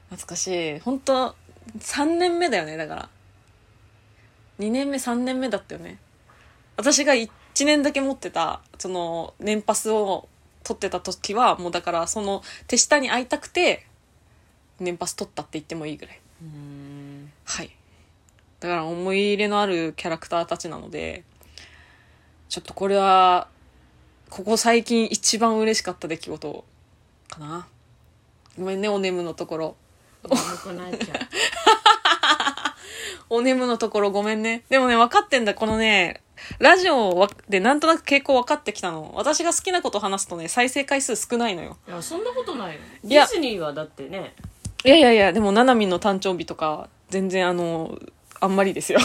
Speaker 2: 懐かしい本当3年目だよねだから2年目3年目だったよね私が1年だけ持ってたその年パスを取ってた時はもうだからその手下に会いたくて年パス取ったって言ってもいいぐらいう
Speaker 1: ーん
Speaker 2: はいだから思い入れのあるキャラクターたちなのでちょっとこれはここ最近一番嬉しかった出来事かなごめんねお眠のところ
Speaker 1: 眠くなっちゃう
Speaker 2: お眠のところごめんね。でもね、分かってんだ、このね、ラジオわでなんとなく傾向分かってきたの。私が好きなこと話すとね、再生回数少ないのよ。
Speaker 1: いやそんなことないよ
Speaker 2: い
Speaker 1: デ
Speaker 2: や
Speaker 1: ィズニーはだってね
Speaker 2: いやいやいや、でも、ななみんの誕生日とか、全然あの、あんまりですよ。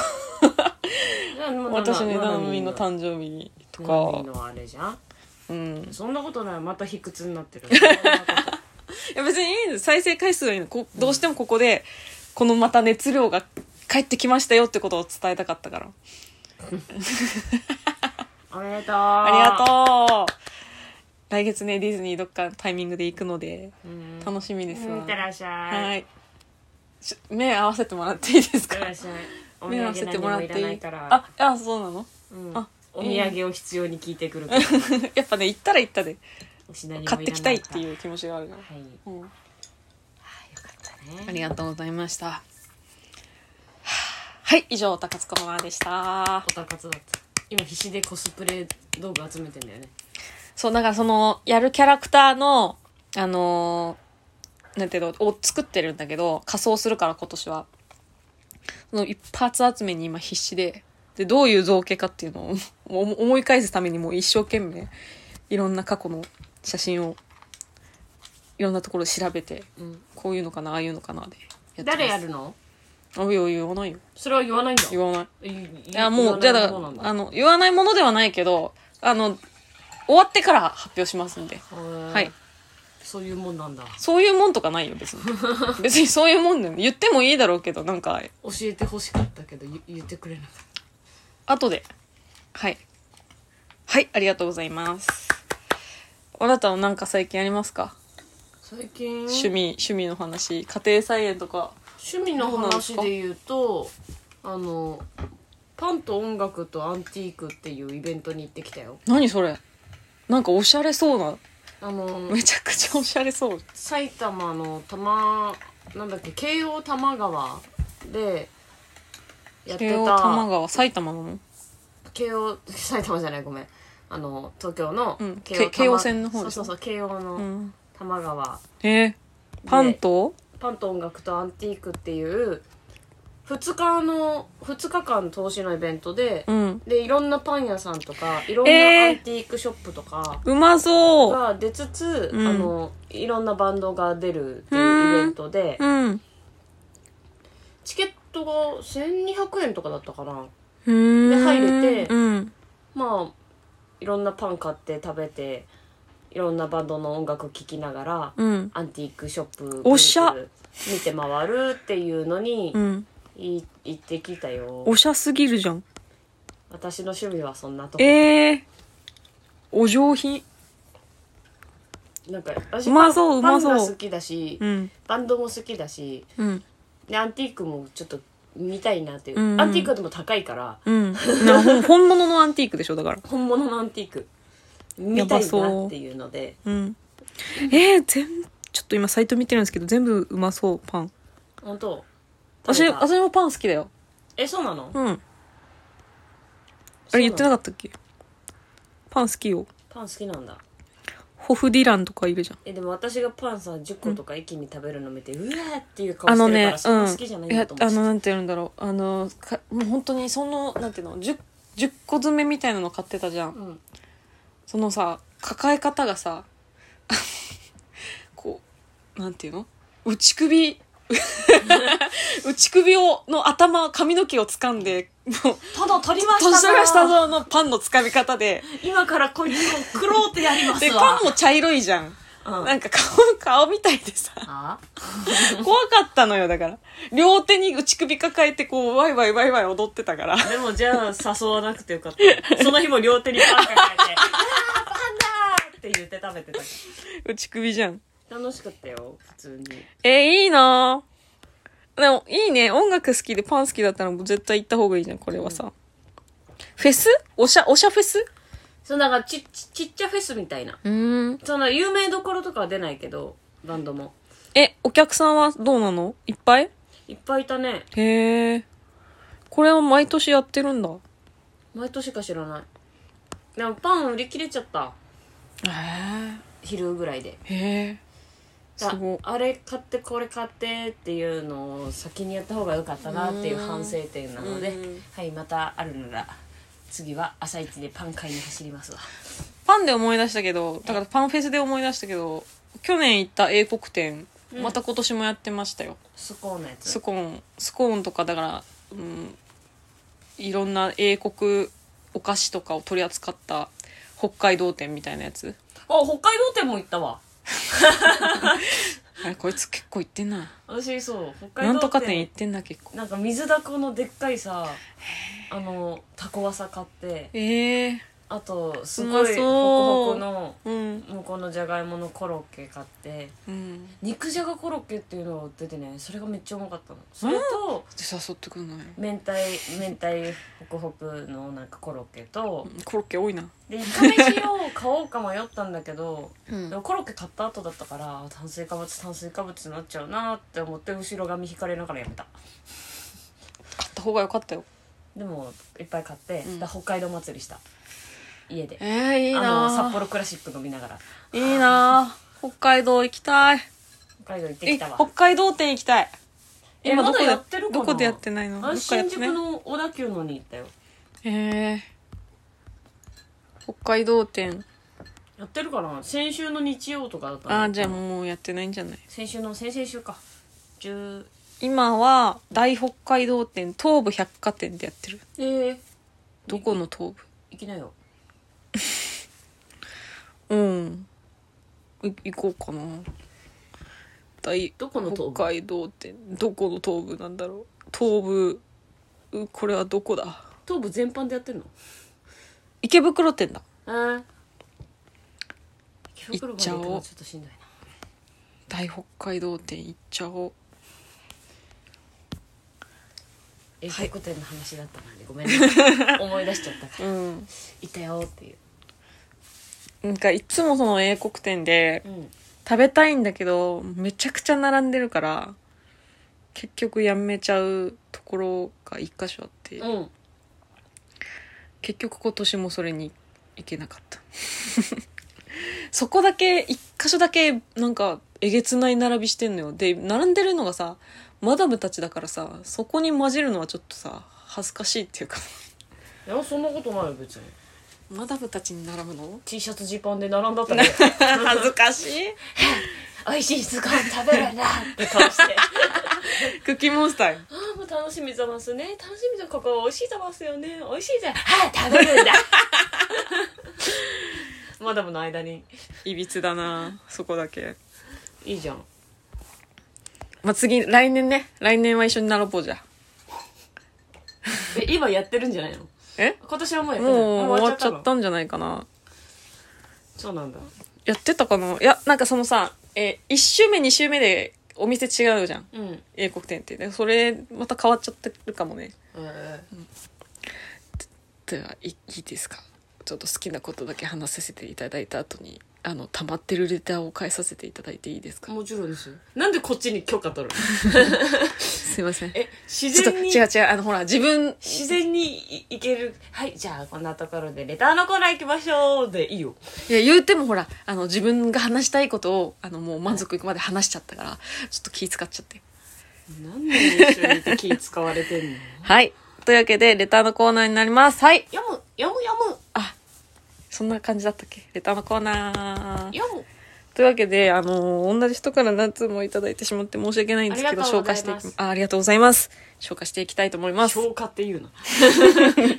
Speaker 2: 私ね、ななみんの
Speaker 1: ン
Speaker 2: 誕生日と
Speaker 1: ナナミ
Speaker 2: か。
Speaker 1: のあれじゃん
Speaker 2: うん。
Speaker 1: そんなことないまた卑屈になってる
Speaker 2: いや、別にいいんです再生回数はいいの。こどうしてもここで、このまた熱量が帰ってきましたよってことを伝えたかったから。
Speaker 1: おめでとう
Speaker 2: あり
Speaker 1: あ
Speaker 2: がとう来月ね、ディズニーどっかタイミングで行くので、
Speaker 1: りが
Speaker 2: 楽しみです
Speaker 1: うんい
Speaker 2: わ。
Speaker 1: ってらっしゃい
Speaker 2: はい。し目合わせてもらっていいです
Speaker 1: いってら
Speaker 2: か
Speaker 1: っ。しゃいお
Speaker 2: 目合わ
Speaker 1: 土
Speaker 2: せ
Speaker 1: 産
Speaker 2: て
Speaker 1: 何
Speaker 2: もらっ
Speaker 1: もい
Speaker 2: て
Speaker 1: らないい
Speaker 2: い。
Speaker 1: から
Speaker 2: あ、あ、そうなの。 [LAUGHS]
Speaker 1: うん
Speaker 2: あ
Speaker 1: お土産を必要に聞いてくるから
Speaker 2: やっぱね、行ったら行ったで、
Speaker 1: 私何もらな
Speaker 2: 買ってきたいっていう気持ちがあるから。
Speaker 1: はい
Speaker 2: うん、あ
Speaker 1: よかったね
Speaker 2: りがとうございました。はあはい、以上高津コーナーでした
Speaker 1: お。たかつだった今必死でコスプレ道具集めてんだよね
Speaker 2: そう、だからそのやるキャラクターのあのーなんていうのを作ってるんだけど、仮装するから今年は。その一発集めに今必死で、で、どういう造形かっていうのを [LAUGHS] 思思い返すためにもう一生懸命、いろんな過去の写真を、いろんなところで調べて、こういうのかな、ああいうのかな、でやってます。
Speaker 1: 誰やるの
Speaker 2: あ、いや、言わないよ。
Speaker 1: それは言わないんだ
Speaker 2: 言わない。
Speaker 1: い
Speaker 2: いや、もう、じゃあだから、あの、言わないものではないけど、あの、終わってから発表しますんで。は。
Speaker 1: はいそういうもんなんだ
Speaker 2: そういうもんとかないよ、別に。別にそういうもんだよ。言ってもいいだろうけど、なんか、
Speaker 1: 教えてほしかったけどゆ言ってくれなかっ
Speaker 2: 後で。はい。はい、ありがとうございます。あなたはなんか最近ありますか
Speaker 1: た最近
Speaker 2: 趣味、趣味の話、家庭菜園とか。
Speaker 1: 趣味の話で言うとあのパンと音楽とアンティークっていうイベントに行ってきたよ
Speaker 2: 何それなんかおしゃれそうな、
Speaker 1: あの
Speaker 2: めちゃくちゃおしゃれそう。
Speaker 1: 埼玉の多摩なんだっけ京王多摩川でやって
Speaker 2: 慶応多摩
Speaker 1: た
Speaker 2: 川、埼玉なの
Speaker 1: 京王埼玉じゃないごめんあの東京の
Speaker 2: うん
Speaker 1: 京王多摩
Speaker 2: け京王線の方
Speaker 1: そ
Speaker 2: で
Speaker 1: う
Speaker 2: し
Speaker 1: そ
Speaker 2: ょ
Speaker 1: うそう京王
Speaker 2: う
Speaker 1: の
Speaker 2: ん。
Speaker 1: 多摩川
Speaker 2: えー、パンと
Speaker 1: パンと音楽とアンティークっていう2日の2日間投資のイベントで、
Speaker 2: うん。
Speaker 1: でいろんなパン屋さんとかいろん
Speaker 2: え
Speaker 1: な
Speaker 2: ー
Speaker 1: アンティークショップとか
Speaker 2: うまそう
Speaker 1: が出つつ、
Speaker 2: うん
Speaker 1: あのいろんなバンドが出るっていうイベントで
Speaker 2: うん。
Speaker 1: チケットが1200円とかだったかな
Speaker 2: で、入
Speaker 1: 入れて
Speaker 2: うん。
Speaker 1: まあいろんなパン買って食べていろんなバンドの音楽聴きながら、
Speaker 2: うん。
Speaker 1: アンティークショップ
Speaker 2: おっしゃ
Speaker 1: ぐるぐる見て回るっていうのに、
Speaker 2: うん。
Speaker 1: い行ってきたよ
Speaker 2: おしゃすぎるじゃん。
Speaker 1: 私の趣味はそんなとこ
Speaker 2: ええお上品。
Speaker 1: なんか私
Speaker 2: うまそう
Speaker 1: パンパ
Speaker 2: うま
Speaker 1: ン
Speaker 2: そう
Speaker 1: が好きだし、
Speaker 2: うん。
Speaker 1: バンドも好きだし
Speaker 2: うん。
Speaker 1: でアンティークもちょっと見たいなっていう、
Speaker 2: うんうん
Speaker 1: アンティークはでも高いから
Speaker 2: うん。なほん本物のアンティークでしょ、だから。
Speaker 1: 本物のアンティーク見たいなっていうので
Speaker 2: うん。ええ全部、ちょっと今サイト見てるんですけど、全部うまそう、パン。
Speaker 1: 本当
Speaker 2: 私、
Speaker 1: 食べた
Speaker 2: 私もパン好きだよ。
Speaker 1: えそうなの
Speaker 2: うん。あれ言ってな
Speaker 1: かっ
Speaker 2: かったっけパン好きよ。
Speaker 1: たパン好きなんだ
Speaker 2: ホフディランとかいるじゃん。
Speaker 1: えでも私がパンさ10個とか一気に食べるの見て、うわーっていう顔
Speaker 2: あの
Speaker 1: してるか
Speaker 2: ね
Speaker 1: ら、そ
Speaker 2: うんん。
Speaker 1: な好きじゃないん
Speaker 2: い
Speaker 1: だ
Speaker 2: や
Speaker 1: と、思
Speaker 2: あ
Speaker 1: うし
Speaker 2: の、なんて言うんだろう。あの、かもう本当にその、なんていうの、10、10個詰めみたいなの買ってたじゃん。
Speaker 1: うん
Speaker 2: そのさ抱え方がさこうなんていうの内首内首をの頭髪の毛を掴んでもう
Speaker 1: ただ取りま
Speaker 2: 「
Speaker 1: し
Speaker 2: 年
Speaker 1: た
Speaker 2: 取
Speaker 1: な
Speaker 2: りましたぞ」のパンの掴み方で
Speaker 1: 今からこいつを食ろうとやりますわ
Speaker 2: でパンも茶色いじゃん
Speaker 1: うん
Speaker 2: なんか顔、顔みたいでさ、
Speaker 1: あ
Speaker 2: 怖かったのよ、だから。両手に内首抱えて、こう、ワイワイワイワイ踊ってたから。
Speaker 1: でもじゃあ誘わなくてよかった。その日も両手にパン抱えて、あーパンだーって言って食べてたか
Speaker 2: 内首じゃん。
Speaker 1: ら。楽しかったよ、普通に。
Speaker 2: えー、いいなぁでも、いいね。音楽好きでパン好きだったらもう絶対行った方がいいじゃん、これはさ。フェスおしゃ、おしゃフェス
Speaker 1: そう、なんかちっちちっちゃフェスみたいな。
Speaker 2: うーん。
Speaker 1: その有名どころとかは出ないけど、バンドも。
Speaker 2: え、お客さんはどうなのいっぱい
Speaker 1: いっぱいいたね。
Speaker 2: へえ。これは毎年やってるんだ。
Speaker 1: 毎年か知らない。でもパン売り切れちゃった。
Speaker 2: へえ。
Speaker 1: 昼ぐらいで。
Speaker 2: へえ。す
Speaker 1: あ
Speaker 2: ごい。
Speaker 1: あれ買ってこれ買ってっていうのを先にやった方が良かったなっていう反省点なので
Speaker 2: うん
Speaker 1: はいまたあるなら次は朝一でパン買いに走りますわ
Speaker 2: パンで思い出したけど、だからパンフェスで思い出したけど、去年行った英国店、
Speaker 1: うん
Speaker 2: また今年もやってましたよ。
Speaker 1: スコーンのやつ
Speaker 2: スコーン、スコーンとかだから、うん、いろんな英国お菓子とかを取り扱った北海道店みたいなや
Speaker 1: [LAUGHS]
Speaker 2: つ。
Speaker 1: あ北海道店も行ったわ
Speaker 2: あれ、こいつ結構行ってんな。
Speaker 1: 私そう北海道
Speaker 2: なんとか店行ってんな、結構。
Speaker 1: なんか水だこのでっかいさあのタコワサ買って
Speaker 2: ええ
Speaker 1: あとすご
Speaker 2: うまそ
Speaker 1: いうホクホクの
Speaker 2: うん。
Speaker 1: 向こうのじゃがいものコロッケ買って
Speaker 2: うん。
Speaker 1: 肉じゃがコロッケっていうのが売っててねそれがめっちゃうまかったのそれと、
Speaker 2: で誘ってくんのよ。
Speaker 1: 明太明太ホクホクのなんかコロッケと
Speaker 2: うんコロッケ多いな。
Speaker 1: でイカ飯を買おうか迷ったんだけど
Speaker 2: う
Speaker 1: でもコロッケ買った後だったから炭水化物炭水化物になっちゃうなって思って後ろ髪引かれながらやめた
Speaker 2: 買った方が良かったよ。
Speaker 1: でもいっぱい買って、
Speaker 2: うん
Speaker 1: だ北海道祭りした家で
Speaker 2: ええいい
Speaker 1: あ
Speaker 2: な
Speaker 1: の
Speaker 2: ぁ
Speaker 1: 札幌クラシック飲みながら
Speaker 2: いいなぁ北海道行きたい。
Speaker 1: 北海道行って
Speaker 2: え
Speaker 1: きたわ
Speaker 2: 北海道店行きたい。
Speaker 1: え
Speaker 2: 今ど
Speaker 1: まだ
Speaker 2: こで
Speaker 1: やってるかな
Speaker 2: どこでやってないのど
Speaker 1: あ
Speaker 2: っかや
Speaker 1: 新
Speaker 2: って
Speaker 1: 宿
Speaker 2: ない
Speaker 1: の小田急のに行ったよ
Speaker 2: ええ北海道店。
Speaker 1: やってるかな先週の日曜とかだったの
Speaker 2: あーじゃあもうやってないんじゃない
Speaker 1: 先週の先々週か10
Speaker 2: 今は大北海道店東武百貨店でやってる
Speaker 1: えー、
Speaker 2: どこの東
Speaker 1: 行きなよ
Speaker 2: 武うんい行こうかな大
Speaker 1: どこの東武
Speaker 2: 北海道店どこの東武なんだろう東武うこれはどこだ
Speaker 1: 東部全般でやってるの
Speaker 2: 池袋店だ
Speaker 1: ええ
Speaker 2: 袋まで行くのは
Speaker 1: ょ
Speaker 2: ち
Speaker 1: っとしんどい
Speaker 2: 大北海道店行っちゃおう
Speaker 1: な英国店の話だったのでご [LAUGHS] めんね思い出しちゃったから
Speaker 2: うん
Speaker 1: いたよっていう
Speaker 2: なんかいつもその英国店で
Speaker 1: うん
Speaker 2: 食べたいんだけどめちゃくちゃ並んでるから結局やめちゃうところが一箇所あって、
Speaker 1: うん
Speaker 2: 結局今年もそれに行けなかった [LAUGHS] そこだけ一箇所だけなんかえげつない並びしてんのよで並んでるのがさマダムたちだからさそこに混じるのはちょっとさ恥ずかしいっていうか
Speaker 1: いやそんなことないよ別に
Speaker 2: マダムたちに並ぶの
Speaker 1: T シャツジーパンで並んだったら
Speaker 2: [LAUGHS] 恥ずかしい
Speaker 1: [LAUGHS] 美味しい図鑑食べるなって顔して
Speaker 2: クッキーモンスターよ
Speaker 1: [LAUGHS] ああもう楽しみざますね楽しみざここ美味しいざますよね美味しいざはい食べ [LAUGHS] るんだマダムの間に
Speaker 2: いびつだなそこだけ
Speaker 1: いいじゃん
Speaker 2: まあ、次来年ね来年は一緒に並ぼうじゃ
Speaker 1: え今やってるんじゃないの
Speaker 2: え
Speaker 1: 今年はもうやってる
Speaker 2: もう終わっちゃ
Speaker 1: の
Speaker 2: ったんじゃないかな
Speaker 1: そうなんだ
Speaker 2: やってたかないやなんかそのさ、え1周目2周目でお店違うじゃん
Speaker 1: うん
Speaker 2: 英国店ってでそれまた変わっちゃってるかもね
Speaker 1: え
Speaker 2: ではい、いいですかちょっと好きなことだけ話させていただいた後にあの溜まってるレターを返させていただいていいです
Speaker 1: ー
Speaker 2: か
Speaker 1: もちろんですよなんでこっちに許可取る
Speaker 2: [LAUGHS]
Speaker 1: の
Speaker 2: すいません
Speaker 1: え自
Speaker 2: ちょっと
Speaker 1: 然に
Speaker 2: 違う違うあのほら自分
Speaker 1: 自然にいいけるはいじゃあこんなところでレターのコーナー行きましょうでいいよ
Speaker 2: いや言うてもほらあの自分が話したいことをあのもう満足いくまで話しちゃったからちょっと気使っちゃって
Speaker 1: 何で一緒にいて気使われて [LAUGHS] んの
Speaker 2: はいというわけでレターのコーナーになりますはい
Speaker 1: やむやむや
Speaker 2: あそんな感じだったっけレターのコーナー
Speaker 1: むやむ
Speaker 2: というわけで、あの同じ人から何通もいただいてしまって申し訳ないんですけど、
Speaker 1: ありがとう
Speaker 2: 消
Speaker 1: ござい
Speaker 2: 化
Speaker 1: ます
Speaker 2: していき、あ、ありがとうございます。消化していきたいと思い
Speaker 1: [LAUGHS]
Speaker 2: ます。
Speaker 1: 消化って言うな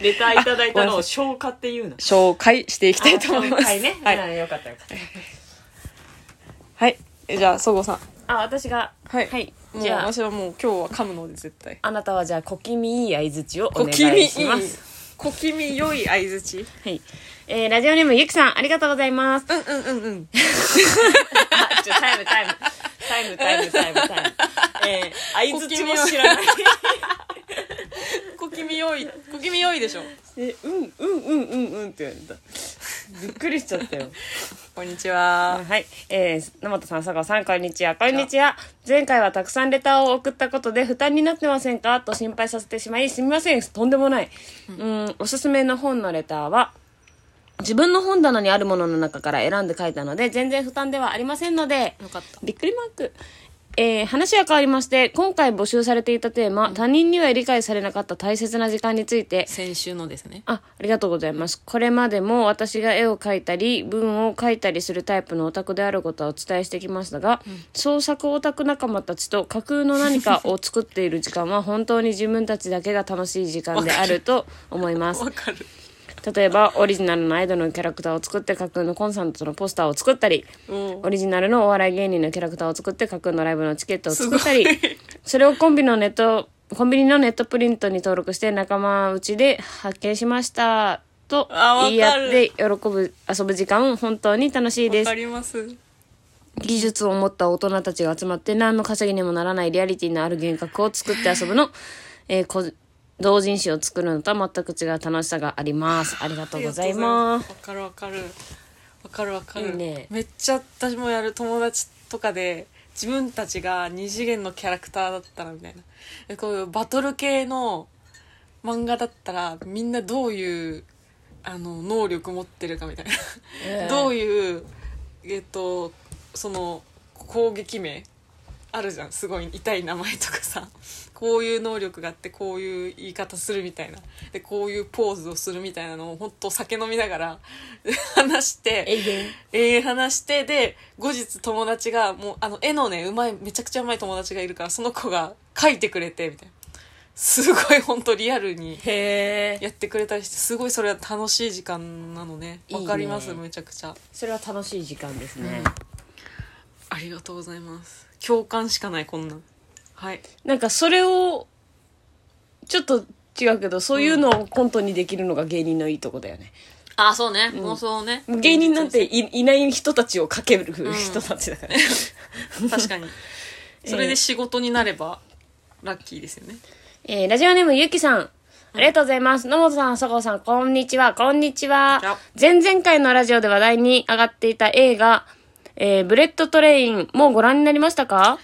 Speaker 1: レターいただいたのを消化って言うな
Speaker 2: 紹介していきたいと思いま
Speaker 1: あ
Speaker 2: す。
Speaker 1: 紹介ね、
Speaker 2: は。
Speaker 1: はいい、よかったよかった
Speaker 2: はいえじゃあそごさん
Speaker 1: あ私が
Speaker 2: はい、
Speaker 1: はい
Speaker 2: もう
Speaker 1: じゃあ
Speaker 2: 私はもう今日は噛むので絶対
Speaker 1: あなたはじゃあ小気味いい相槌をお
Speaker 2: 小
Speaker 1: 願
Speaker 2: 気味い
Speaker 1: い
Speaker 2: い
Speaker 1: します
Speaker 2: 小気味良い相づち
Speaker 1: はいえー、ラジオネームゆきさんありがとうございます
Speaker 2: うんうんうんうん
Speaker 1: あちょタイムタイムタイムタイムタイム [LAUGHS] タイムえー、相槌も知らない
Speaker 2: 小気味良い小気味良いでしょ
Speaker 1: [LAUGHS] えうんうんうんうんうんって言われたびっくりしちゃ [LAUGHS] ったよ
Speaker 2: こんにちは
Speaker 1: はい。えー、野本さん、佐川さん、こんにちは。こんにちは。前回はたくさんレターを送ったことで負担になってませんかと心配させてしまい、すみません。とんでもない。うん、おすすめの本のレターは、自分の本棚にあるものの中から選んで書いたので、全然負担ではありませんので、
Speaker 2: よかった
Speaker 1: びっくりマーク。えー話は変わりまして、今回募集されていたテーマ、他人には理解されなかった大切な時間について、
Speaker 2: 先週のですね
Speaker 1: あ、ありがとうございます。これまでも私が絵を描いたり、文を書いたりするタイプのオタクであることはお伝えしてきましたが、創作オタク仲間たちと架空の何かを作っている時間は本当に自分たちだけが楽しい時間であると思います。
Speaker 2: わかる
Speaker 1: 例えば、オリジナルのアイドルのキャラクターを作って架空のコンサートのポスターを作ったり、
Speaker 2: うん
Speaker 1: オリジナルのお笑い芸人のキャラクターを作って架空のライブのチケットを作ったり
Speaker 2: すごい
Speaker 1: それをコンビのネットコンビニのネットプリントに登録して仲間内で発見しましたと
Speaker 2: あわか
Speaker 1: 言
Speaker 2: る
Speaker 1: い合って喜ぶ遊ぶ時間本当に楽しいで
Speaker 2: わ
Speaker 1: す
Speaker 2: かります
Speaker 1: 技術を持った大人たちが集まって何の稼ぎにもならないリアリティのある幻覚を作って遊
Speaker 2: [LAUGHS]
Speaker 1: ぶの、えーこ同人誌を作るのとは全く違う楽しさがありますありがとうございます
Speaker 2: わかるわかるわかるわかる
Speaker 1: いいね
Speaker 2: めっちゃ私もやる友達とかで自分たちが二次元のキャラクターだったらみたいなえこういうバトル系の漫画だったらみんなどういうあの能力持ってるかみたいな、
Speaker 1: ええ
Speaker 2: どういうえっとその攻撃名あるじゃんすごい痛い名前とかさ [LAUGHS] こういう能力があってこういう言い方するみたいなでこういうポーズをするみたいなのを本当酒飲みながら [LAUGHS] 話して
Speaker 1: 永遠
Speaker 2: ええ話してで後日友達がもうあの絵のねうまいめちゃくちゃうまい友達がいるからその子が描いてくれてみたいなすごい本当リアルに
Speaker 1: へえ
Speaker 2: やってくれたりしてすごいそれは楽しい時間なのね
Speaker 1: いい
Speaker 2: わ
Speaker 1: ね
Speaker 2: かりますめちゃくちゃ
Speaker 1: それは楽しい時間ですね、
Speaker 2: ありがとうございます共感しかないこんなんはい
Speaker 1: なんかそれをちょっと違うけどそういうのをコントにできるのが芸人のいいとこだよね、
Speaker 2: あそうね妄想ね
Speaker 1: 芸人なんて [LAUGHS] いいない人たちをかける人たちだから、
Speaker 2: 確かに [LAUGHS] それで仕事になればラッキーですよね
Speaker 1: えーラジオネームゆきさんありがとうございます。野本さん、佐藤さん、こんにちは、こんにちは
Speaker 2: こんに。
Speaker 1: 前々回のラジオで話題に上がっていた映画、えーブレッドトレイン、もうご覧になりましたか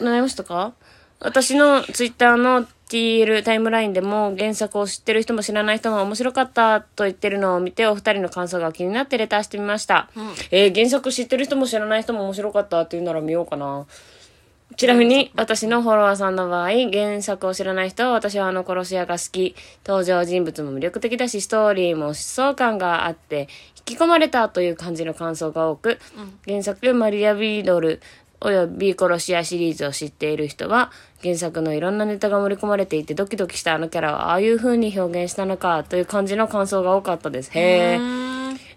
Speaker 1: なりましたか私のツイッターの TL タイムラインでも原作を知ってる人も知らない人も面白かったと言ってるのを見てお二人の感想が気になってレターしてみました、えー原作知ってる人も知らない人も面白かったっていうなら見ようかなちなみに私のフォロワーさんの場合原作を知らない人は私はあの殺し屋が好き登場人物も魅力的だしストーリーも疾走感があって引き込まれたという感じの感想が多く、原作「マリア・ビードル」および殺し屋シリーズを知っている人は原作のいろんなネタが盛り込まれていてドキドキしたあのキャラはああいう風に表現したのかという感じの感想が多かったですへえ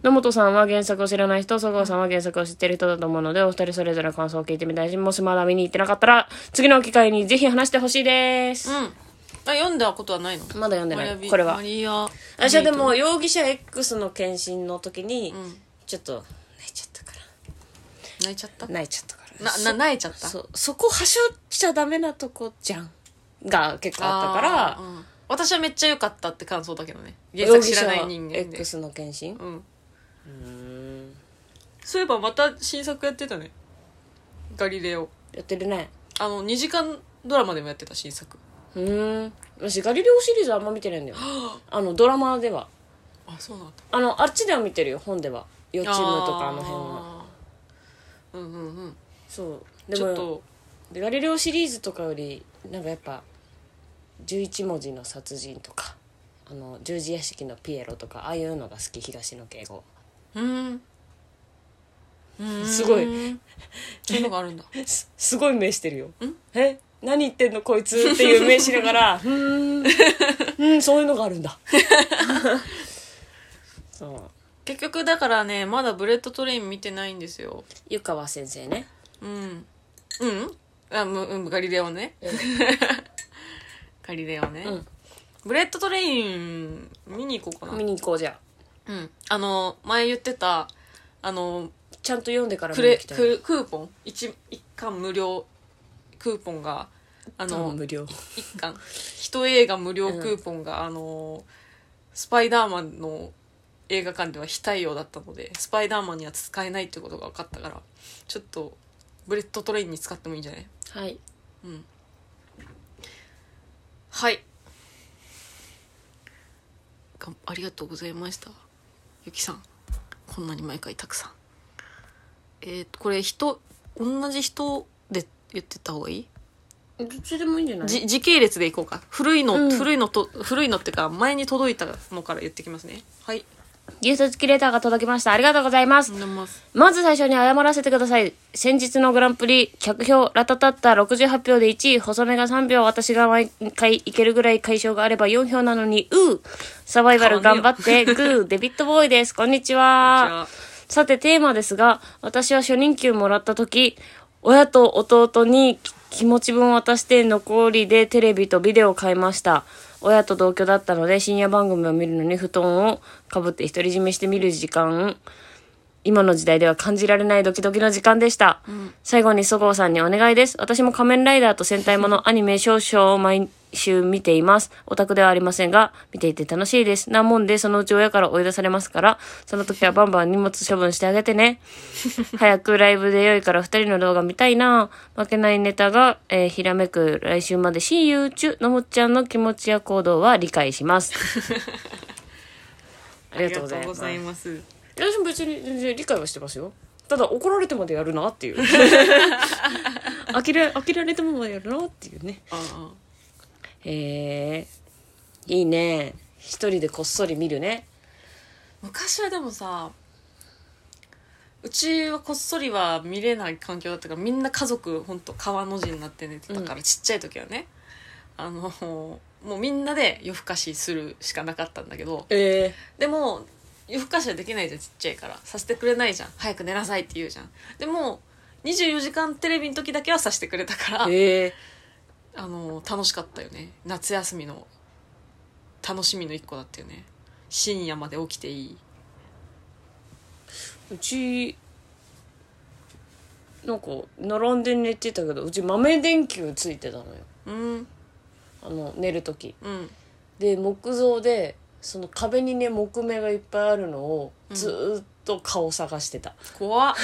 Speaker 1: 野本さんは原作を知らない人、佐川さんは原作を知ってる人だと思うので、お二人それぞれの感想を聞いてみたいし、もしまだ見に行ってなかったら、次の機会にぜひ話してほしいです。
Speaker 2: うんあ読んだことはないの
Speaker 1: まだ読んで
Speaker 2: マ
Speaker 1: な
Speaker 2: リア
Speaker 1: い、
Speaker 2: ビ
Speaker 1: これは
Speaker 2: マ。リア
Speaker 1: 私はでも、容疑者 X の検診の時に、ちょっと、泣いちゃったか
Speaker 2: 泣いちゃった
Speaker 1: ら。泣いちゃったから。
Speaker 2: なな泣いちゃった
Speaker 1: そ、そこはしょっちゃダメなとこじゃん。が結構あったから
Speaker 2: あ、ーうん私はめっちゃ良かったって感想だけどね原
Speaker 1: 容
Speaker 2: 作
Speaker 1: 疑
Speaker 2: 知ら
Speaker 1: 者
Speaker 2: ない人間で
Speaker 1: X の検診
Speaker 2: うんそういえばまた新作やってたね「ガリレオ
Speaker 1: やってるね。」
Speaker 2: あの2時間ドラマでもやってた新作
Speaker 1: うーん。私、ガリレオシリーズあんま見てない [GASPS] んだよ。あの、ドラマでは。
Speaker 2: あそうなんだ
Speaker 1: あのあっちでは見てるよ本では予知夢とかあの辺は
Speaker 2: はうんうんうん
Speaker 1: そうで
Speaker 2: ちょっ
Speaker 1: も
Speaker 2: と
Speaker 1: ガリレオシリーズとかよりなんかやっぱ11文字の殺人とかあの十字屋敷のピエロとかああいうのが好き東野敬吾
Speaker 2: うんうん
Speaker 1: すごい
Speaker 2: そういうのがあるんだ
Speaker 1: すすごい目してるよえ何言ってんのこいつっていう目しなが
Speaker 2: [LAUGHS]
Speaker 1: らう [LAUGHS] ーんうんそういうのがあるんだそう
Speaker 2: 結局だからねまだブレッドトレイン見てないんですよ
Speaker 1: 湯川先生ね
Speaker 2: うんうんあむ、うん、ガリレオね、
Speaker 1: うん
Speaker 2: ガリレオね、
Speaker 1: うん
Speaker 2: ブレッドトレイン見に行こうかな
Speaker 1: 見に行こうじゃ
Speaker 2: うんあの前言ってたあの
Speaker 1: あちゃんと読んでから
Speaker 2: ク
Speaker 1: 見に
Speaker 2: レ
Speaker 1: 行きたい
Speaker 2: ククーポン一一巻無料クーポンがあ
Speaker 1: 多分
Speaker 2: の
Speaker 1: 無料
Speaker 2: 一巻一映画無料クーポンが、あのスパイダーマンの映画館では非対応だったのでスパイダーマンには使えないってことが分かったからちょっとブレッドトレインに使ってもいいんじゃない
Speaker 1: はい
Speaker 2: はいがんありがとうございましたゆきさんこんなに毎回たくさんえー、とこれ人同じ人で言ってった方がいい
Speaker 1: どっちでもいいんじゃない
Speaker 2: じ時系列でいこうか古いの、
Speaker 1: うん
Speaker 2: 古いのと古いのってか前に届いたのから言ってきますねはい
Speaker 1: 牛タ付きレターが届きましたありがとうございますまず最初に謝らせてください。先日のグランプリ、客票、ラタタッタ68票で1位、細めが3票、私が毎回いけるぐらい解消があれば4票なのに、うーサバイバル頑張って、グー、デビットボーイです。こんにち
Speaker 2: こんに
Speaker 1: は。さて、テーマですが、私は初任給もらった時、親と弟に気持ち分を渡して残りでテレビとビデオを買いました。親と同居だったので深夜番組を見るのに布団をかぶって独り占めして見る時間今の時代では感じられないドキドキの時間でした、最後にそごうさんにお願いです私も仮面ライダーと戦隊ものアニメ少々を毎週見ていますオタクではありませんが見ていて楽しいですなもんでそのうち親から追い出されますからその時はバンバン荷物処分してあげてね早くライブで良いから2人の動画見たいな負けないネタが、えーひらめく来週まで See you 中のもっちゃんの気持ちや行動は理解しますあ
Speaker 2: あ
Speaker 1: り
Speaker 2: り
Speaker 1: がと
Speaker 2: がと
Speaker 1: う
Speaker 2: う
Speaker 1: ご
Speaker 2: ご
Speaker 1: ざ
Speaker 2: ざ
Speaker 1: い
Speaker 2: い
Speaker 1: ま
Speaker 2: ますす
Speaker 1: 私も別に全然理解はしてますよただ怒られてまでやるな [LAUGHS] っていう飽きら飽きられてもまでやるなっていうね
Speaker 2: ああ
Speaker 1: へえいいね一人でこっそり見るね
Speaker 2: 昔はでもさうちはこっそりは見れない環境だったからみんな家族ほんと川の字になって寝てたから、ちっちゃい時はねあのもうみんなで夜更かしするしかなかったんだけど
Speaker 1: ええ
Speaker 2: でも夜更かしはできないじゃんちっちゃいからさせてくれないじゃん早く寝なさいって言うじゃんでも24時間テレビの時だけはさせてくれたから
Speaker 1: ええ
Speaker 2: あの楽しかったよね夏休みの楽しみの一個だったよね深夜まで起きていいう
Speaker 1: ちなんか並んで寝てたけどうち豆電球ついてたのよ
Speaker 2: うん
Speaker 1: あの寝る時
Speaker 2: うん
Speaker 1: で木造でその壁にね木目がいっぱいあるのをずーっと顔探してた、
Speaker 2: 怖っ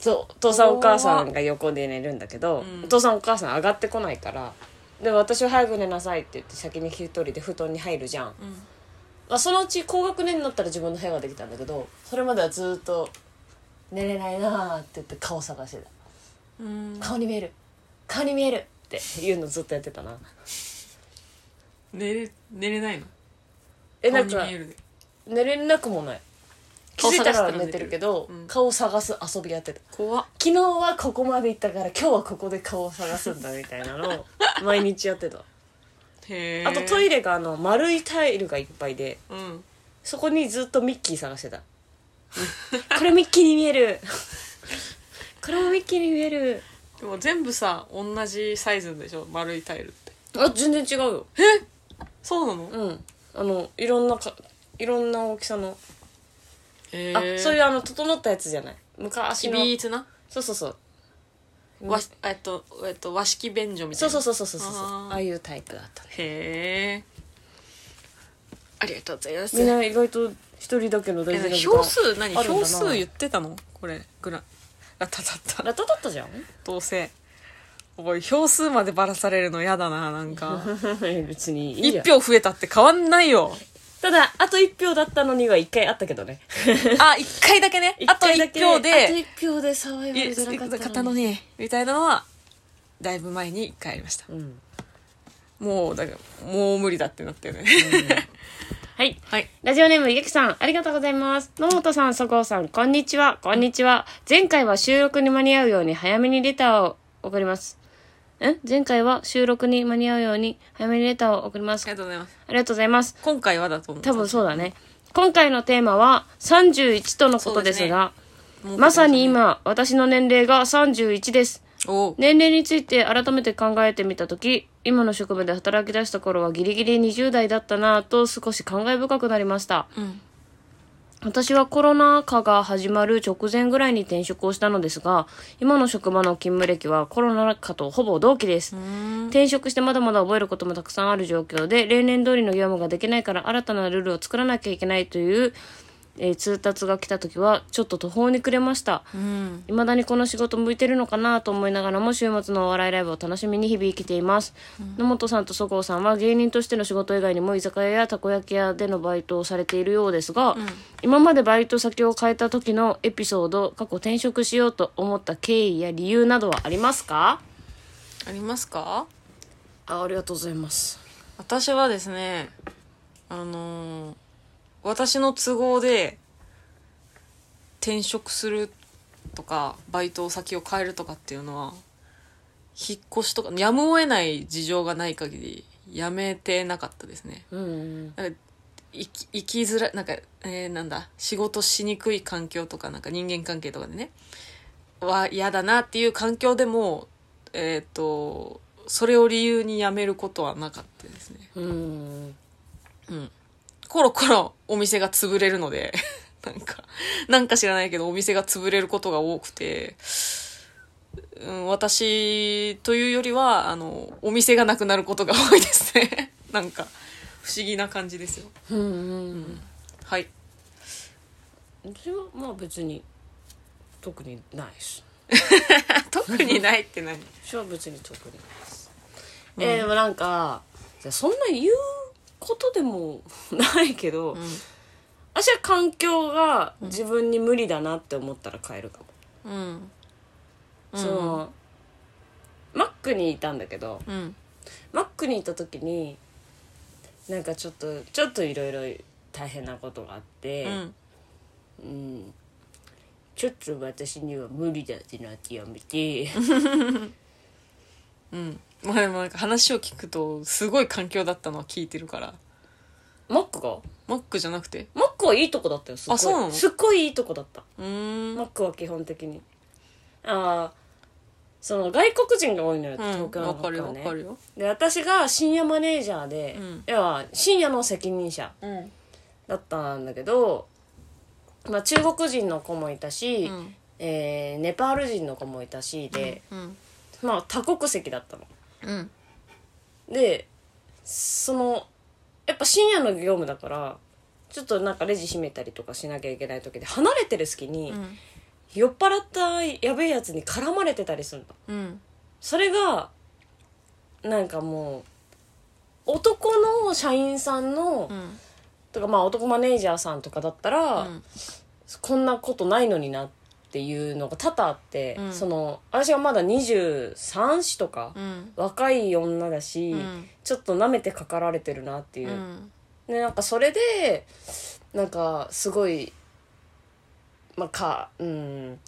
Speaker 1: そうお父さんお母さんが横で寝るんだけど、
Speaker 2: うん
Speaker 1: お父さんお母さん上がってこないからで私は早く寝なさいって言って先に一人で布団に入るじゃん、
Speaker 2: うん
Speaker 1: まあ、そのうち高学年になったら自分の部屋ができたんだけどそれまではずっと寝れないなーって言って顔探してた
Speaker 2: うん
Speaker 1: 顔に見える顔に見えるっていうのずっとやってたな
Speaker 2: 寝れ寝れないの
Speaker 1: えなんか
Speaker 2: 顔に見えるで
Speaker 1: 寝れなくもない気づいたら寝てるけど
Speaker 2: うん
Speaker 1: 顔探す遊びやってた
Speaker 2: 怖っ
Speaker 1: 昨日はここまで行ったから今日はここで顔を探すんだみたいなのを毎日やってた
Speaker 2: へえ
Speaker 1: あとトイレがあの丸いタイルがいっぱいで
Speaker 2: うん
Speaker 1: そこにずっとミッキー探してたこれミッキーに見え
Speaker 2: [LAUGHS]
Speaker 1: るこれもミッキーに見える
Speaker 2: でも全部さ同じサイズでしょ丸いタイルって
Speaker 1: あ全然違うよ
Speaker 2: そうなの
Speaker 1: うんあのいろんなかいろんな大きさの
Speaker 2: へ
Speaker 1: あ
Speaker 2: え
Speaker 1: そういうあの整ったやつじゃない昔
Speaker 2: ち
Speaker 1: の
Speaker 2: びーつな
Speaker 1: そうそうそう
Speaker 2: わしえっとえっと和式便所みた
Speaker 1: そ
Speaker 2: いうな
Speaker 1: そうそうそうそうそう
Speaker 2: あ
Speaker 1: あ
Speaker 2: ー
Speaker 1: あいうタイプだったね
Speaker 2: へえありがとうございます
Speaker 1: みんな意外と一人だけの大
Speaker 2: え
Speaker 1: 事な
Speaker 2: 票数何
Speaker 1: あるんだな
Speaker 2: 票数言ってたのこれぐらいあたたった
Speaker 1: ラタだった
Speaker 2: [LAUGHS]
Speaker 1: じゃん
Speaker 2: どうせおい票数までばらされるの嫌だななんか
Speaker 1: 別に [LAUGHS] いい
Speaker 2: 一
Speaker 1: や
Speaker 2: 票増えたって変わんな
Speaker 1: [LAUGHS]
Speaker 2: いよ
Speaker 1: ただあと一票だったのには一回あったけどね
Speaker 2: あ、一回だけね。あと
Speaker 1: 回だ
Speaker 2: 一
Speaker 1: け
Speaker 2: 票
Speaker 1: あと
Speaker 2: で、
Speaker 1: 一票でサバイバルじゃなかった
Speaker 2: 勝ったのに、みたいなのは、だいぶ前に一回ありました。
Speaker 1: うん
Speaker 2: もう、だから、もう無理だってなったよね。
Speaker 1: はい
Speaker 2: [LAUGHS] はい。
Speaker 1: ラジオネームゆきさん、ありがとうございます。野本さん、そごうさん、こんにちは。こんにちは。前回は収録に間に合うように早めにレターを送ります。ん前回は収録に間に合うように早めにレターを送りま
Speaker 2: あ
Speaker 1: す。
Speaker 2: り
Speaker 1: あ
Speaker 2: がとうございます。
Speaker 1: りがとうございます。
Speaker 2: 今回はだと思う。
Speaker 1: 多分そうだね。今回のテーマは31とのことですが、
Speaker 2: もう
Speaker 1: まさに今、私の年齢が31です。
Speaker 2: お
Speaker 1: 年齢について改めて考えてみたとき、今の職務で働き出した頃はギリギリ20代だったなぁと少し感慨深くなりました。
Speaker 2: うん
Speaker 1: 私はコロナ禍が始まる直前ぐらいに転職をしたのですが、今の職場の勤務歴はコロナ禍とほぼ同期です。転職してまだまだ覚えることもたくさんある状況で、例年通りの業務ができないから新たなルールを作らなきゃいけないという、えー通達が来た時はちょっと途方に暮れました。
Speaker 2: うん
Speaker 1: 未だにこの仕事向いてるのかなと思いながらも週末のお笑いライブを楽しみに日々生きています、野本さんとそごうさんは芸人としての仕事以外にも居酒屋やたこ焼き屋でのバイトをされているようですが、今までバイト先を変えた時のエピソード過去転職しようと思った経緯や理由などはありますか
Speaker 2: ありますか
Speaker 1: あありがとうございます
Speaker 2: 私はですねあのー私の都合で転職するとかバイト先を変えるとかっていうのは引っ越しとかやむを得ない事情がない限りやめてなかったですね
Speaker 1: うん
Speaker 2: なんか生き生きづらいなんか、えーなんだ仕事しにくい環境とかなんか人間関係とかでねは嫌だなっていう環境でもえっ、とそれを理由に辞めることはなかったですね
Speaker 1: うん
Speaker 2: うんコロコロお店が潰れるので [LAUGHS] なんかなんか知らないけどお店が潰れることが多くて、うん、私というよりはあのお店がなくなることが多いですね [LAUGHS] なんか不思議な感じですよ
Speaker 1: うんうん
Speaker 2: はい
Speaker 1: 私はまあ別に特にないです
Speaker 2: 特にないって何
Speaker 1: 私は別に特にないです、えーでもなんかじゃあそんな言うことでも [LAUGHS] ないけど、私は環境が自分に無理だなって思ったら変えるかも、
Speaker 2: うん
Speaker 1: そのマックにいたんだけど
Speaker 2: うん
Speaker 1: マックにいた時になんかちょっとちょっといろいろ大変なことがあって、
Speaker 2: うん
Speaker 1: うんちょっと私には無理だってなってやめ
Speaker 2: [LAUGHS]
Speaker 1: て
Speaker 2: うんまあでもなんか話を聞くとすごい環境だったのは聞いてるから
Speaker 1: マックが
Speaker 2: マックじゃなくて
Speaker 1: マックはいいとこだったよすっごい
Speaker 2: あそうなの
Speaker 1: すっごいいいとこだった
Speaker 2: うーん
Speaker 1: マックは基本的にああその外国人が多いのよ、
Speaker 2: うん
Speaker 1: 東京の
Speaker 2: わかるよ
Speaker 1: 学校
Speaker 2: わ
Speaker 1: は
Speaker 2: か
Speaker 1: ね
Speaker 2: るよ
Speaker 1: で私が深夜マネージャーで、
Speaker 2: うん
Speaker 1: 要は深夜の責任者
Speaker 2: うん
Speaker 1: だったんだけど、まあ、中国人の子もいたし、
Speaker 2: うん
Speaker 1: えーネパール人の子もいたしで、
Speaker 2: うん
Speaker 1: まあ多国籍だったの
Speaker 2: うん
Speaker 1: でそのやっぱ深夜の業務だからちょっとなんかレジ閉めたりとかしなきゃいけない時で離れてる隙に、
Speaker 2: うん
Speaker 1: 酔っ払ったやべえやつに絡まれてたりするの
Speaker 2: うん
Speaker 1: それがなんかもう男の社員さんの、
Speaker 2: うん
Speaker 1: とかまあ男マネージャーさんとかだったら、こんなことないのになっていうのが多々あって、
Speaker 2: うん
Speaker 1: その私がまだ23子とか、
Speaker 2: うん
Speaker 1: 若い女だし、
Speaker 2: うん
Speaker 1: ちょっと舐めてかかられてるなっていうう、
Speaker 2: ん
Speaker 1: でなんかそれでなんかすごいまあかうん、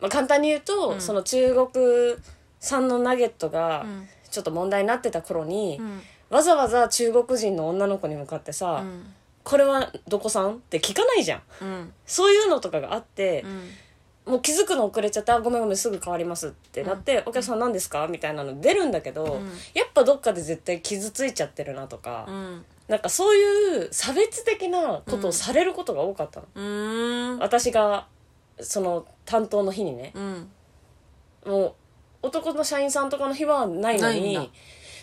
Speaker 1: まあ、簡単に言うと、
Speaker 2: うん
Speaker 1: その中国産のナゲットが
Speaker 2: うん
Speaker 1: ちょっと問題になってた頃に、
Speaker 2: うん
Speaker 1: わざわざ中国人の女の子に向かって
Speaker 2: う
Speaker 1: さ「
Speaker 2: ん
Speaker 1: これはどこさん?」って聞かないじゃん
Speaker 2: うん
Speaker 1: そういうのとかがあって、
Speaker 2: うん
Speaker 1: もう気づくの遅れちゃって「あごめんごめんすぐ変わります」ってなって「お客さん何ですか?」みたいなの出るんだけど、
Speaker 2: うん
Speaker 1: やっぱどっかで絶対傷ついちゃってるなとか。
Speaker 2: うん
Speaker 1: なんかそういう差別的なことをされることが多かったの、
Speaker 2: うーん
Speaker 1: 私がその担当の日にね
Speaker 2: うん
Speaker 1: もう男の社員さんとかの日はないのに
Speaker 2: ないんだ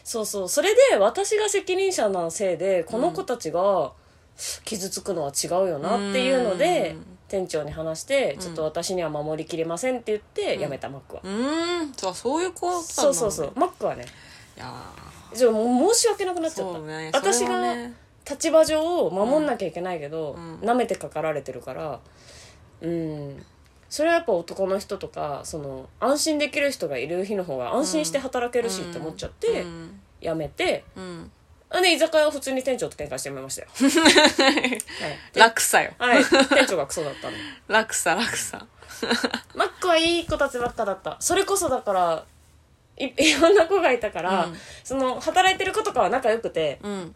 Speaker 1: そうそうそれで私が責任者のせいでこの子たちが傷つくのは違うよなっていうので、
Speaker 2: うん
Speaker 1: 店長に話して、ちょっと私には守りきれませんって言って
Speaker 2: うん
Speaker 1: 辞めたマックは、
Speaker 2: うーんそうそういう子だったん
Speaker 1: そ
Speaker 2: だ
Speaker 1: うそうそうマックはね
Speaker 2: いや
Speaker 1: ちょもう申し訳なくな
Speaker 2: ー
Speaker 1: っちゃった、
Speaker 2: そうね
Speaker 1: 私
Speaker 2: それ
Speaker 1: が、
Speaker 2: はね
Speaker 1: 立場上を守んなきゃいけないけど、
Speaker 2: うん
Speaker 1: 舐めてかかられてるからうんそれはやっぱ男の人とかその安心できる人がいる日の方が安心して働けるしって思っちゃって、
Speaker 2: うん
Speaker 1: やめて
Speaker 2: うんうん
Speaker 1: で居酒屋は普通に店長と喧嘩してやめましたよ、はい
Speaker 2: 楽さよ
Speaker 1: はい、店長がクソだったの
Speaker 2: 楽さ楽さ
Speaker 1: マックはいい子たちばっかだったそれこそだからいいろんな子がいたから、
Speaker 2: うん
Speaker 1: その働いてる子とかは仲良くて
Speaker 2: うん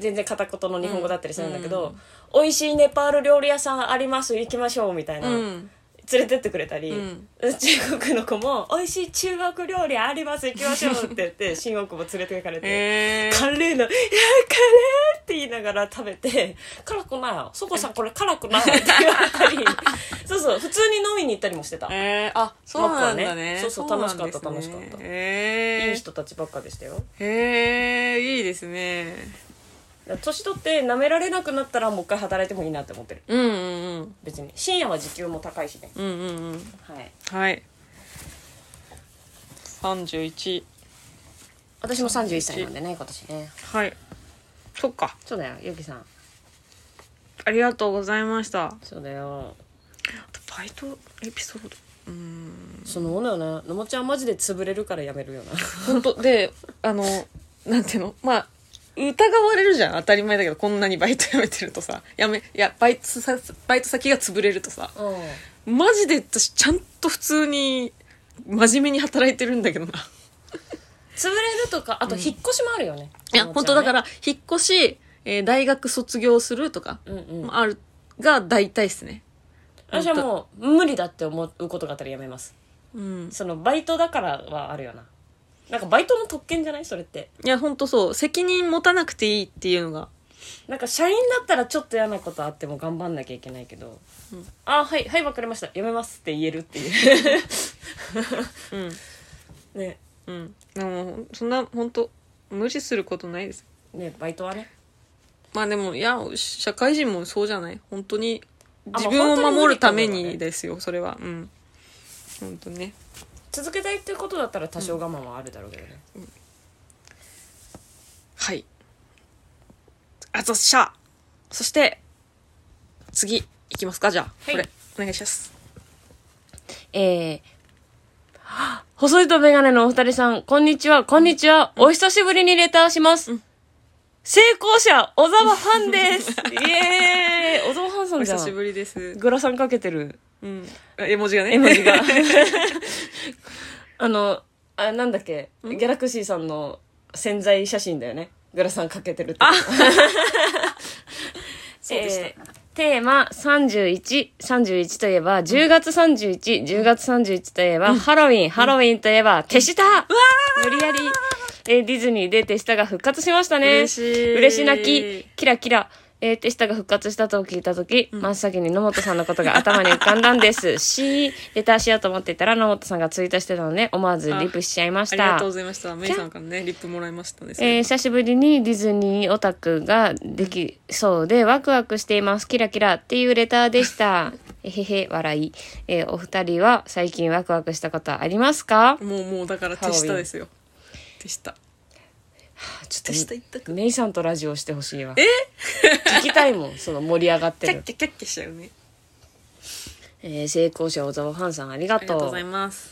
Speaker 1: 全然片言の日本語だったりするんだけど、美
Speaker 2: う
Speaker 1: 味しいネパール料理屋さんあります行きましょうみたいな、
Speaker 2: うん
Speaker 1: 連れてってくれたり、
Speaker 2: うん
Speaker 1: 中国の子も美味しい中国料理あります行きましょうって言って
Speaker 2: [LAUGHS]
Speaker 1: 新大久保連れて行かれて、
Speaker 2: えー
Speaker 1: カレーの「いやカレー!」って言いながら食べて「辛くないよそこさんこれ辛くない」って言われた
Speaker 2: [LAUGHS]
Speaker 1: りそうそう普通に飲みに行ったりもしてた、
Speaker 2: えー、あそうなんだ
Speaker 1: マックは
Speaker 2: ね
Speaker 1: ねそうそう
Speaker 2: なんですね
Speaker 1: 楽しかった楽しかったい
Speaker 2: え
Speaker 1: い
Speaker 2: ー、
Speaker 1: 人たちばっかでしたよ
Speaker 2: へえいいですね
Speaker 1: だから年取って舐められなくなったらもう一回働いてもいいなって思ってる
Speaker 2: うんうん
Speaker 1: 別に深夜は時給も高いしね
Speaker 2: うんうんうんうん
Speaker 1: はい
Speaker 2: はい31
Speaker 1: 私も31歳なんでね今年ね
Speaker 2: はいそっか
Speaker 1: そうだよゆきさん
Speaker 2: ありがとうございました
Speaker 1: そうだよ
Speaker 2: あとバイトエピソードうーん
Speaker 1: そのものよなのもちゃんマジで潰れるからやめるよな
Speaker 2: 本当であのなんていうのまあ疑われるじゃん当たり前だけどこんなにバイト辞めてるとさやめいやバイトさバイト先が潰れるとさ
Speaker 1: うん
Speaker 2: マジで私ちゃんと普通に真面目に働いてるんだけどな
Speaker 1: 潰れるとかあと引っ越しもあるよね、
Speaker 2: いや、
Speaker 1: のも
Speaker 2: 本
Speaker 1: ちゃ
Speaker 2: 当
Speaker 1: んね
Speaker 2: だから、引っ越し、えー大学卒業するとか、
Speaker 1: うんうん
Speaker 2: ある、が大体ですね。
Speaker 1: 私はもう無理だって思うことがあったらやめます
Speaker 2: うん。
Speaker 1: そのバイトだからはあるよななんかバイトの特権じゃないそれって
Speaker 2: いや、本当そう、責任持たなくていいっていうのが、
Speaker 1: なんか社員だったらちょっと嫌なことあっても頑張んなきゃいけないけど、あはいはいわかりましたやめますって言えるって
Speaker 2: [LAUGHS]
Speaker 1: いう
Speaker 2: うん。
Speaker 1: ね
Speaker 2: うん。でも、そんな、本当無視することないです。
Speaker 1: ねバイトはね
Speaker 2: まあでも、いや、社会人もそうじゃない本当に、
Speaker 1: あ
Speaker 2: 自分を
Speaker 1: まあ
Speaker 2: 守るため
Speaker 1: 本当に無理ってことだね
Speaker 2: にですよ、それは。うん。本当ね。
Speaker 1: 続けたいっていうことだったら多少我慢はあるだろうけどね、
Speaker 2: はい。あざっしゃそして、次、いきますか、じゃあ。
Speaker 1: い
Speaker 2: これ、お願いします。
Speaker 1: えー細いとメガネのお二人さん、こんにちは、こんにちは。お久しぶりにレターします。成功者、小沢ファン
Speaker 2: [LAUGHS]
Speaker 1: です。イエーイ小沢ファンさ
Speaker 2: お
Speaker 1: んじゃ
Speaker 2: 久し
Speaker 1: ん。
Speaker 2: ぶりです。
Speaker 1: グラサンかけてる
Speaker 2: うん。絵文字がね。
Speaker 1: 絵文字が。あの、あ、なんだっけ、ギャラクシーさんの潜在写真だよね。グラサンかけてるって。 [LAUGHS] あ
Speaker 2: そうでした
Speaker 1: えーテーマ31、31といえば、10月31、10月31といえば、ハロウィン、ハロウィンといえば、手下無理やり、えーディズニーで手下が復活しましたね。
Speaker 2: 嬉しい
Speaker 1: 嬉し泣き、キラキラ。えー手下が復活したと聞いたとき、真っ先に野本さんのことが頭に浮かんだん
Speaker 2: [LAUGHS]
Speaker 1: です。し、レターしようと思っていたら野本さんがツイートしてたので、思わずリプしちゃいま
Speaker 2: あ
Speaker 1: し
Speaker 2: りが
Speaker 1: た
Speaker 2: とうご。ざいました。メイさんからね、リップもらいましたね。
Speaker 1: えー久しぶりにディズニーオタクができそうでワクワクしています。キラキラっていうレターでした。えへへ、笑い。えーお二人は最近ワクワクしたことはありますか
Speaker 2: もうもうだから手下ですよ。手下。
Speaker 1: ち
Speaker 2: 手下一択。
Speaker 1: メイさんとラジオしてほしいわ。
Speaker 2: [LAUGHS]
Speaker 1: え聞きたいもん、その盛り上がって
Speaker 2: キャッ
Speaker 1: る。
Speaker 2: キャキャッキャしちゃうね。
Speaker 1: えー成功者小沢ファンさんありが
Speaker 2: ありが
Speaker 1: と
Speaker 2: とうご
Speaker 1: う。
Speaker 2: ざいます。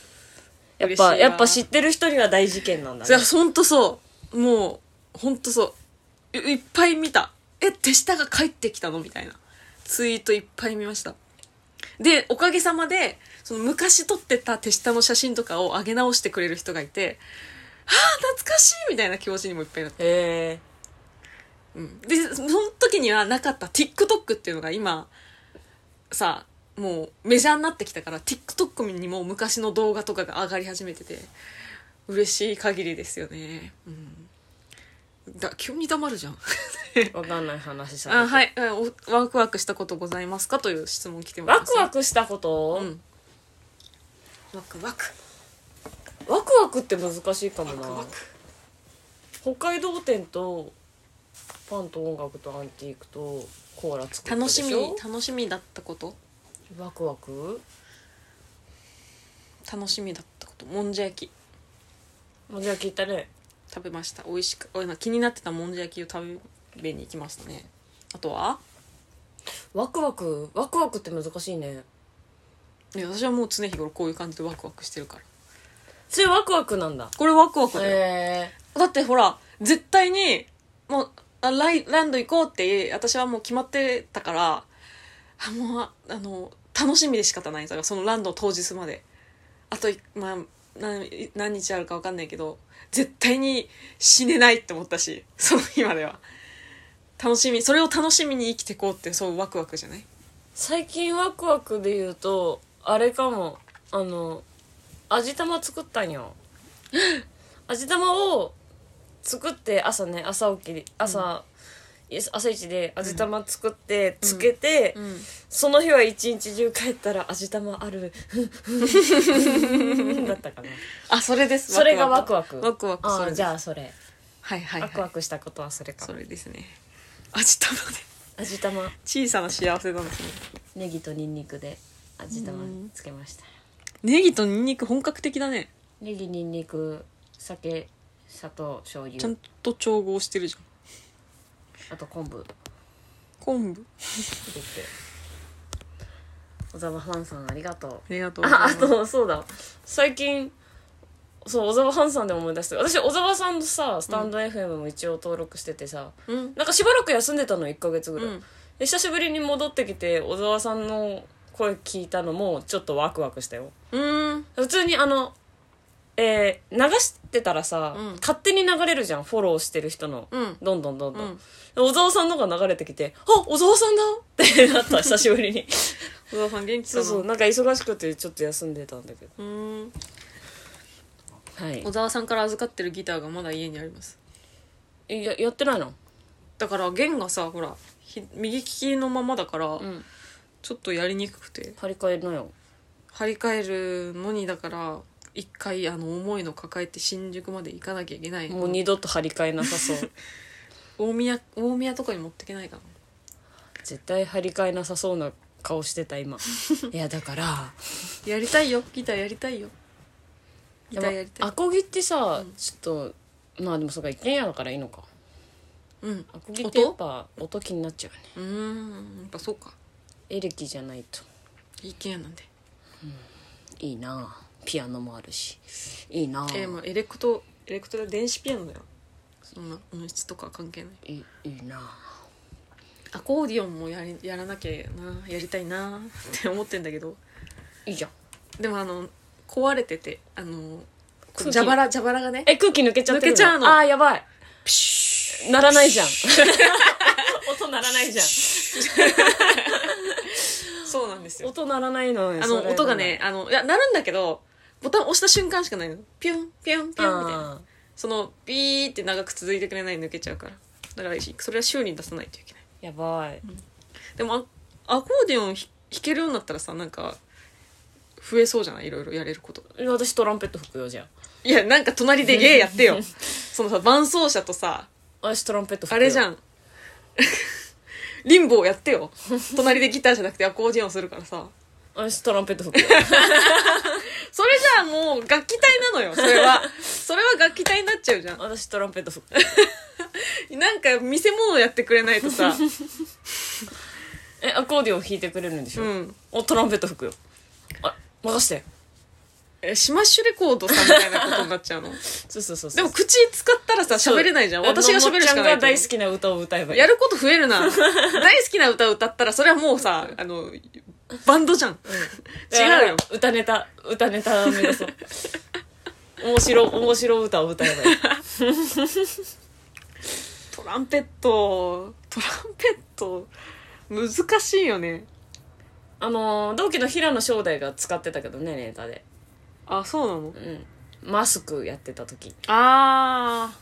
Speaker 1: やっ
Speaker 2: 嬉しい
Speaker 1: ぱ、
Speaker 2: わ
Speaker 1: やっぱ知ってる人には大事件なんだ
Speaker 2: いや、
Speaker 1: ね。
Speaker 2: ほんとそう。もう、ほんとそう。いいっぱい見た。え、手下が帰ってきたのみたいな。ツイートいっぱい見ました。で、おかげさまで、その昔撮ってた手下の写真とかを上げ直してくれる人がいて、ああ、懐かしいみたいな気持ちにもいっぱいなった
Speaker 1: へえ。
Speaker 2: うんでその時にはなかった TikTok っていうのが今さもうメジャーになってきたから TikTok にも昔の動画とかが上がり始めてて嬉しい限りですよね、うん、だ急に黙るじゃん
Speaker 1: わかんない話されて。
Speaker 2: [LAUGHS] あはい [LAUGHS] うんおワクワクしたことございますかという質問来てま
Speaker 1: ワ
Speaker 2: す
Speaker 1: クワクしたこと、
Speaker 2: うんワクワク
Speaker 1: ワクワクって難しいかも
Speaker 2: ワ
Speaker 1: な。
Speaker 2: クワク
Speaker 1: 北海道展と、パンと音楽とアンティークとコーラ作ったで
Speaker 2: 楽し
Speaker 1: し
Speaker 2: み
Speaker 1: ょ
Speaker 2: 楽しみだったこと
Speaker 1: ワクワク
Speaker 2: 楽しみだったこともんじゃ焼き
Speaker 1: もうじゃあ聞いたね。
Speaker 2: 食べました美味しくお今気になってたもんじゃ焼きを食べに行きましたねあとは
Speaker 1: ワクワクワクワクって難しいね。
Speaker 2: ね私はもう常日頃こういう感じでワクワクしてるから
Speaker 1: それワクワクなんだ。
Speaker 2: これワクワクだよ、
Speaker 1: へえ。
Speaker 2: だってほら絶対にもうあライランド行こうって私はもう決まってたからあもうああの楽しみで仕方ないんだからそのランド当日まであとい、まあ、何何日あるか分かんないけど絶対に死ねないって思ったしその日までは楽しみそれを楽しみに生きてこうってそうワクワクじゃない
Speaker 1: 最近ワクワクで言うとあれかもあの味玉作ったん
Speaker 2: [LAUGHS]
Speaker 1: よ味玉を作って朝ね朝起き朝、いや朝一で味玉作ってつけて、
Speaker 2: ん
Speaker 1: その日は一日中帰ったら味玉ある [LAUGHS] だったかな
Speaker 2: あ [LAUGHS] それです
Speaker 1: それがワクワク
Speaker 2: ワクワク
Speaker 1: あ
Speaker 2: そ
Speaker 1: あ
Speaker 2: れ
Speaker 1: じゃ
Speaker 2: あ
Speaker 1: あそれ
Speaker 2: はいはい、は
Speaker 1: ワ
Speaker 2: い、
Speaker 1: クワクしたことはそれか
Speaker 2: それですね味玉で
Speaker 1: 味玉
Speaker 2: 小さな幸せなんですね
Speaker 1: ネギとニンニクで味玉つけました
Speaker 2: ネギとニンニク本格的だね
Speaker 1: ネギニンニク酒砂糖醤油
Speaker 2: ちゃんと調合してるじゃん
Speaker 1: あと昆布
Speaker 2: 昆布
Speaker 1: 入れて小沢ハンさんありがとう
Speaker 2: ありがとうござい
Speaker 1: あ
Speaker 2: ま
Speaker 1: あ
Speaker 2: す
Speaker 1: とそうだ最近そう小沢ハンさんで思い出して私小沢さんのさスタンド FM も一応登録しててさ、
Speaker 2: うん
Speaker 1: なんかしばらく休んでたの1ヶ月ぐらい、
Speaker 2: うん
Speaker 1: で久しぶりに戻ってきて小沢さんの声聞いたのもちょっとワクワクしたよ
Speaker 2: うん
Speaker 1: 普通にあのえー流してたらさ、
Speaker 2: うん
Speaker 1: 勝手に流れるじゃんフォローしてる人の、
Speaker 2: うん
Speaker 1: どんどんどんどん、
Speaker 2: うん
Speaker 1: 小沢さんのが流れてきて「あ小沢さんだ!」ってな [LAUGHS] った久しぶりに
Speaker 2: 小沢さん元気か
Speaker 1: そう
Speaker 2: な
Speaker 1: そうなんか忙しくてちょっと休んでたんだけど
Speaker 2: うん
Speaker 1: はい
Speaker 2: 小沢さんから預かってるギターがまだ家にあります
Speaker 1: えややってないの
Speaker 2: だから弦がさほらひ右利きのままだから、
Speaker 1: ん
Speaker 2: ちょっとやりにくくて
Speaker 1: 張り替えのよ
Speaker 2: 張り替えるのにだから一回あの重いの抱えて新宿まで行かなきゃいけない
Speaker 1: もう二度と張り替えなさ [LAUGHS] そう
Speaker 2: 大宮大宮とかに持ってけないかな
Speaker 1: 絶対張り替えなさそうな顔してた [LAUGHS] 今いやだから
Speaker 2: やりたいよギターやりたいよギ
Speaker 1: で
Speaker 2: タ
Speaker 1: も
Speaker 2: ーやりたい
Speaker 1: アコギってさ、ちょっとまあでもそうか一軒家だからいいのか
Speaker 2: うん
Speaker 1: アコギってやっぱ音気になっちゃうよね
Speaker 2: うーんやっぱそうか
Speaker 1: エレキじゃないと
Speaker 2: いい件やなんで
Speaker 1: いいなあピアノもあるしいいなあ
Speaker 2: えー、まあエレクトエレクトで電子ピアノだよそんな音質とか関係ない
Speaker 1: いいいなあ
Speaker 2: アコーディオンもやりやらなきゃなやりたいなって思ってんだけど
Speaker 1: いいじゃん
Speaker 2: でもあの壊れててあの
Speaker 1: 空気
Speaker 2: 蛇腹蛇腹がね
Speaker 1: え空気抜けちゃってる
Speaker 2: 抜けちゃうの
Speaker 1: ああやばい
Speaker 2: プシュ
Speaker 1: ならないじ
Speaker 2: [LAUGHS]
Speaker 1: ゃん音ならないじゃ
Speaker 2: ーそうなんです
Speaker 1: ん
Speaker 2: よ
Speaker 1: 音ならないのよ
Speaker 2: あ
Speaker 1: そ
Speaker 2: の
Speaker 1: れ
Speaker 2: 音がねあのいやなるんだけどボタン押した瞬間しかないのピュンピュンピュンみたい
Speaker 1: あ
Speaker 2: なそのビーって長く続いてくれない抜けちゃうからだからそれは修理に出さないといけない
Speaker 1: ーやばい
Speaker 2: でもアアコーディオンひ弾けるようになったらさなんか増えそうじゃないいろいろやれることが
Speaker 1: 私トランペット吹くよじゃん
Speaker 2: いやなんか
Speaker 1: [LAUGHS]
Speaker 2: 隣でゲーやってよそのさ伴奏者とさ
Speaker 1: 私トランペット吹く
Speaker 2: あれじゃ
Speaker 1: ん
Speaker 2: ん [LAUGHS] リンボーやってよ隣でギターじゃなくてアコーディオンするからさ
Speaker 1: 私トランペット吹くよ
Speaker 2: それじゃあもう楽器隊なのよそれ
Speaker 1: [LAUGHS]
Speaker 2: はそれは楽器隊になっちゃうじゃ
Speaker 1: 私トランペット吹く
Speaker 2: [LAUGHS] んなんか見せ物やってくれないと
Speaker 1: [LAUGHS]
Speaker 2: さ
Speaker 1: えアコーディオン弾いてくれるんでし
Speaker 2: う
Speaker 1: ょ、
Speaker 2: ん
Speaker 1: おトランペット吹くよあ任して
Speaker 2: えシマッシュレコードさんみたいなことになっちゃうの
Speaker 1: そうそうそうそう
Speaker 2: でも口使ったらさ喋れないじゃん
Speaker 1: そう
Speaker 2: 私が
Speaker 1: の
Speaker 2: 喋るしかない
Speaker 1: もっちゃんが大好きな歌を歌えばいい
Speaker 2: やること増え [LAUGHS] るな大好きな歌歌ったらそれはもうさあのバンドじゃん、違うよ
Speaker 1: 歌ネタ歌ネタ目指
Speaker 2: [LAUGHS]
Speaker 1: そう面白面白歌を歌えばいい
Speaker 2: トランペットトランペット難しいよね
Speaker 1: あのー同期の平野正代が使ってたけどねネタで
Speaker 2: あそうなの
Speaker 1: うんマスクやってた時
Speaker 2: あ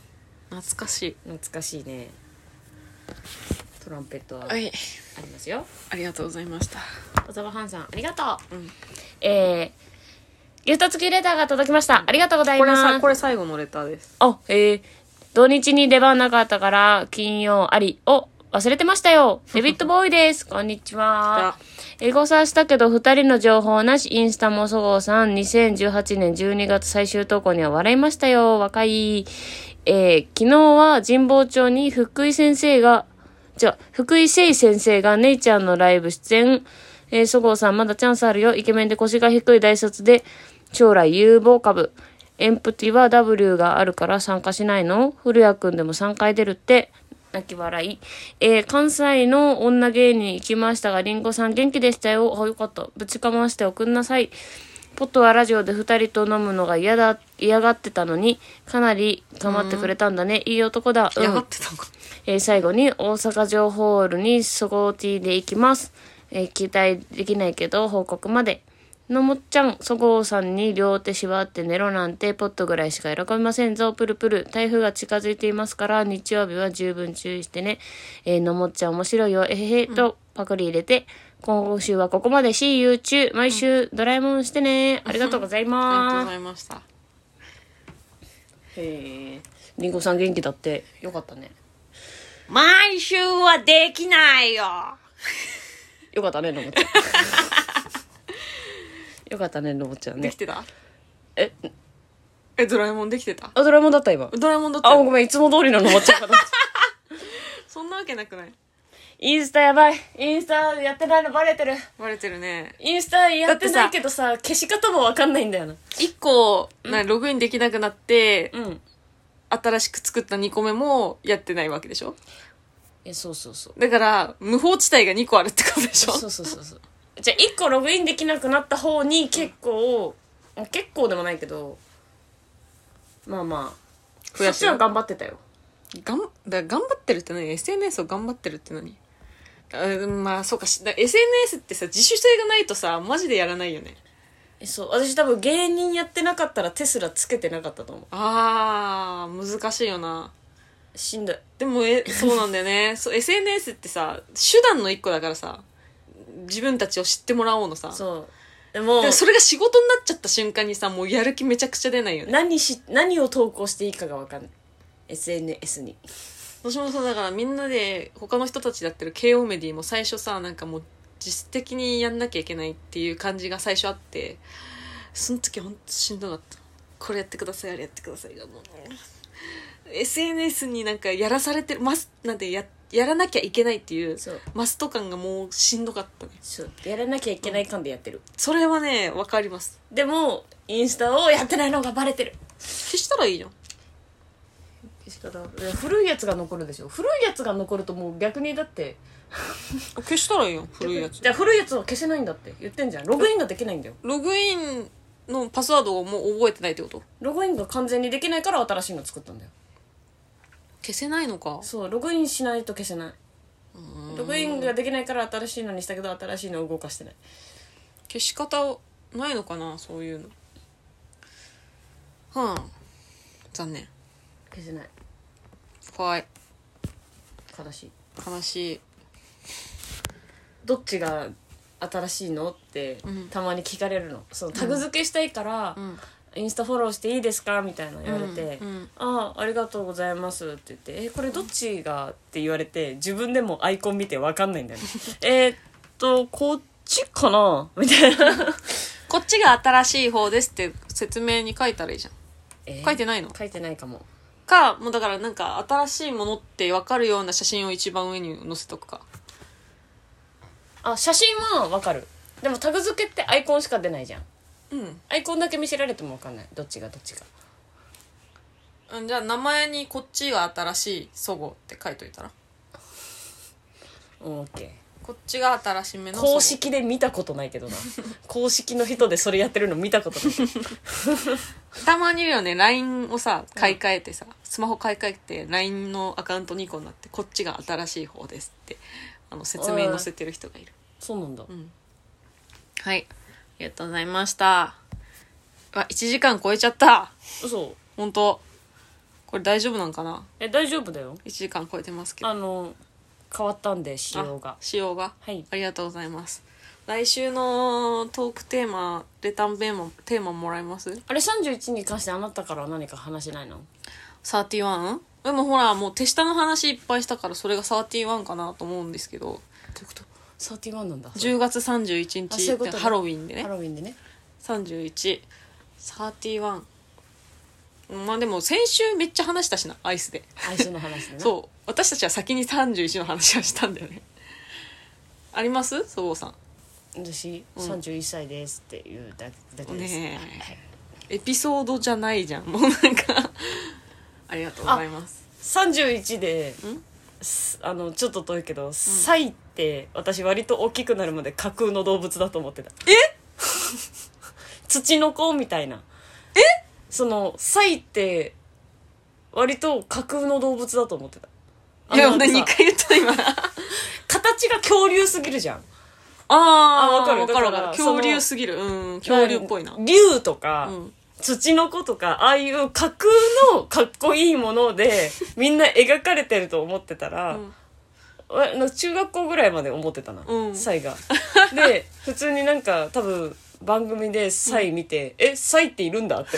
Speaker 2: ー懐かしい
Speaker 1: 懐かしいねトランペットはあ
Speaker 2: はい
Speaker 1: りますよ
Speaker 2: ありがとうございました
Speaker 1: 小沢ハンさんありがとう、
Speaker 2: うん
Speaker 1: えー、ギフト付きレターが届きましたありがとうござい
Speaker 2: こ
Speaker 1: ま
Speaker 2: れ
Speaker 1: す
Speaker 2: さこれ最後のレターです
Speaker 1: あえー、土日に出番なかったから金曜ありを忘れてましたよデビットボーイですこんにちはエゴサしたけど2人の情報なしインスタもそごうさん2018年12月最終投稿には笑いましたよ若いえー、昨日は神保町に福井先生がじゃあ、福井誠先生がネイちゃんのライブ出演。えー、そごうさん、まだチャンスあるよ。イケメンで腰が低い大卒で、将来有望株。エンプティは W があるから参加しないの古谷くんでも3回出るって。泣き笑い。えー関西の女芸人行きましたが、りんごさん元気でしたよ。あ、よかった。ぶちかましておくんなさい。ポットはラジオで2人と飲むのが嫌だ嫌がってたのにかなり構ってくれたんだね、いい男だ、うん
Speaker 2: 嫌がってたのか
Speaker 1: えー最後に大阪城ホールにスゴーティーで行きます、えー期待できないけど報告までのもっちゃんそごうさんに両手縛って寝ろなんてポットぐらいしか喜びませんぞプルプル台風が近づいていますから日曜日は十分注意してね、えーのもっちゃん面白いよえへへとパクリ入れて、今週はここまで See you 中毎週ドラえもんしてね、ありがとうござい [LAUGHS]
Speaker 2: ありが
Speaker 1: ます
Speaker 2: とうございました
Speaker 3: へえ
Speaker 1: りんごさん元気だってよかったね
Speaker 2: 毎週はできないよ
Speaker 1: よかったね、のもち [LAUGHS] ゃん。よかったね、のもちゃん
Speaker 2: で
Speaker 1: ね
Speaker 2: き。てた
Speaker 1: え、
Speaker 2: えドラえもんできてた
Speaker 1: あ、ドラえもんだった今。
Speaker 2: ドラえもんだった
Speaker 1: あ、ご
Speaker 2: よ
Speaker 1: めん、いつも通りののもちゃんかと思った
Speaker 2: そんなわけなくない
Speaker 1: [LAUGHS] インスタやばい。インスタやってないのバレてる。
Speaker 2: バレてるね
Speaker 1: インスタやってな
Speaker 2: だ
Speaker 1: い
Speaker 2: って
Speaker 1: けどさ、消し方もわかんないんだよな。
Speaker 2: 1個なログインできなくなって、
Speaker 1: うん。
Speaker 2: 新しく作った2個目もやってないわけでしょ
Speaker 1: え、そうそうそう。
Speaker 2: だから無法地帯が2個あるってことでしょ
Speaker 1: そうそうそうそう。じゃあ、一個ログインできなくなった方に結構、もう結構でもないけど、まあまあ、
Speaker 2: 増
Speaker 1: そ
Speaker 2: や
Speaker 1: っ
Speaker 2: し
Speaker 1: ち
Speaker 2: てる
Speaker 1: は頑張ってたよ。
Speaker 2: がんだから頑張ってるって何 ?SNS を頑張ってるって何あまあそうかしだ SNS ってさ自主性がないとさマジでやらないよね
Speaker 1: えそう。私多分芸人やってなかったらテスラつけてなかったと思
Speaker 2: あー難しいよな
Speaker 1: う。しんどい。
Speaker 2: でも [LAUGHS] えそうなんだよねそう SNS ってさ手段の一個だからさ自分たちを知ってもらおうのさ
Speaker 1: そう。でも
Speaker 2: でもそれが仕事になっちゃった瞬間にさもうやる気めちゃくちゃ出ないよね
Speaker 1: 何し何を投稿していいかが分かんない SNS に
Speaker 2: 私もさだからみんなで他の人たちやってる KO メディも最初さなんかもう実質的にやんなきゃいけないっていう感じが最初あってその時ほんとしんどかったこれやってくださいあれやってくださいがもう SNS になんかやらされてるマスなんてややらなきゃいけないっていう
Speaker 1: そう
Speaker 2: マスト感がもうしんどかったね
Speaker 1: そうやらなきゃいけない感でやってる、
Speaker 2: それはねわかります
Speaker 1: でもインスタをやってないのがバレてる
Speaker 2: 消したらいいじゃん
Speaker 1: 古いやつが残るでしょ古いやつが残るともう逆にだって
Speaker 2: 消したらいいよ古いやつ
Speaker 1: じゃあ古いやつは消せないんだって言ってんじゃんログインができないんだよ
Speaker 2: ログインのパスワードをもう覚えてないってこと
Speaker 1: ログインが完全にできないから新しいの作ったんだよ
Speaker 2: 消せないのか
Speaker 1: そうログインしないと消せないログインができないから新しいのにしたけど新しいのを動かしてない
Speaker 2: 消し方ないのかなそういうのはあ残念
Speaker 1: 消せない
Speaker 2: 怖い
Speaker 1: 悲しい
Speaker 2: 悲しい
Speaker 1: どっちが新しいのって
Speaker 2: うん
Speaker 1: たまに聞かれるの,、そのタグ付けしたいから、
Speaker 2: ん
Speaker 1: インスタフォローしていいですかみたいなの言われて「
Speaker 2: うんうん
Speaker 1: ああありがとうございます」って言って「えこれどっちが?」って言われて自分でもアイコン見て分かんないん
Speaker 2: [LAUGHS]
Speaker 1: だよねえーっとこっちかなみたいな、
Speaker 2: こっちが新しい方ですって説明に書いたらいいじゃん
Speaker 1: えー
Speaker 2: [LAUGHS] 書いてないの
Speaker 1: 書いてないかも
Speaker 2: かもうだからなんか新しいものって分かるような写真を一番上に載せとくか
Speaker 1: あ写真は分かるでもタグ付けってアイコンしか出ないじゃん
Speaker 2: うん
Speaker 1: アイコンだけ見せられても分かんないどっちがどっちが
Speaker 2: うんじゃあ名前にこっちが新しいそごうって書いといたら
Speaker 1: うんオッケー
Speaker 2: こっちが新しめの
Speaker 1: 公式で見たことないけ
Speaker 2: [LAUGHS]
Speaker 1: どな公式の人でそれやってるの見たことない
Speaker 2: たまにいるよね LINE をさ買い替えてさ、スマホ買い替えて LINE のアカウント2個になってこっちが新しい方ですってあの説明載せてる人がいる
Speaker 1: そうなんだ、
Speaker 2: はいありがとうございましたあ1時間超えちゃった
Speaker 1: 嘘
Speaker 2: 本当これ大丈夫なんかな
Speaker 1: え大丈夫だよ
Speaker 2: 1時間超えてますけど
Speaker 1: あの変わったんで仕様
Speaker 2: あ
Speaker 1: が
Speaker 2: 仕様が
Speaker 1: はい
Speaker 2: ありがとうございます来週のトークテーマレタンテーマテーマもらえます
Speaker 1: あれ31に関してあなたからは何か話しないの
Speaker 2: 31? でもほらもう手下の話いっぱいしたからそれが31かなと思うんですけど
Speaker 1: 31なんだ
Speaker 2: 10月31
Speaker 1: あそういうこと
Speaker 2: 日
Speaker 1: ね
Speaker 2: ハロウィンでね
Speaker 1: ハロウィンで
Speaker 2: [LAUGHS]
Speaker 1: ね
Speaker 2: 3131まあでも先週めっちゃ話したしなアイスで
Speaker 1: アイスの話でねう
Speaker 2: そう私たちは先に31の話はしたんだよねありますそぼうさん
Speaker 1: 私
Speaker 2: ん
Speaker 1: 31歳ですっていうだだけです、
Speaker 2: ね
Speaker 1: はい
Speaker 2: えエピソードじゃないじゃんもうなんかありがとうございます
Speaker 1: 31で
Speaker 2: ん
Speaker 1: すあのちょっと遠いけど「サイ」って私割と大きくなるまで架空の動物だと思ってたえ [LAUGHS] 土の子みたいなえそのサイって割と架空の動物だと思ってたあ
Speaker 2: いや
Speaker 1: のなんかさ
Speaker 2: 2回言った今
Speaker 1: 形が恐竜すぎるじゃん
Speaker 2: あ
Speaker 1: ー
Speaker 2: あ分かる
Speaker 1: わ
Speaker 2: 分
Speaker 1: か
Speaker 2: か
Speaker 1: る
Speaker 2: る
Speaker 1: わかる
Speaker 2: 恐竜すぎるうん恐竜っぽいな、
Speaker 1: 竜とか、
Speaker 2: うん
Speaker 1: 土の子とかああいう架空のかっこいいもの
Speaker 2: [LAUGHS]
Speaker 1: でみんな描かれてると思ってたら、
Speaker 2: うん
Speaker 1: えなんか中学校ぐらいまで思ってたな、
Speaker 2: うん
Speaker 1: サイ
Speaker 2: [LAUGHS]
Speaker 1: がで普通になんか多分番組でサイ見て、えサイっているんだ
Speaker 2: [LAUGHS]
Speaker 1: って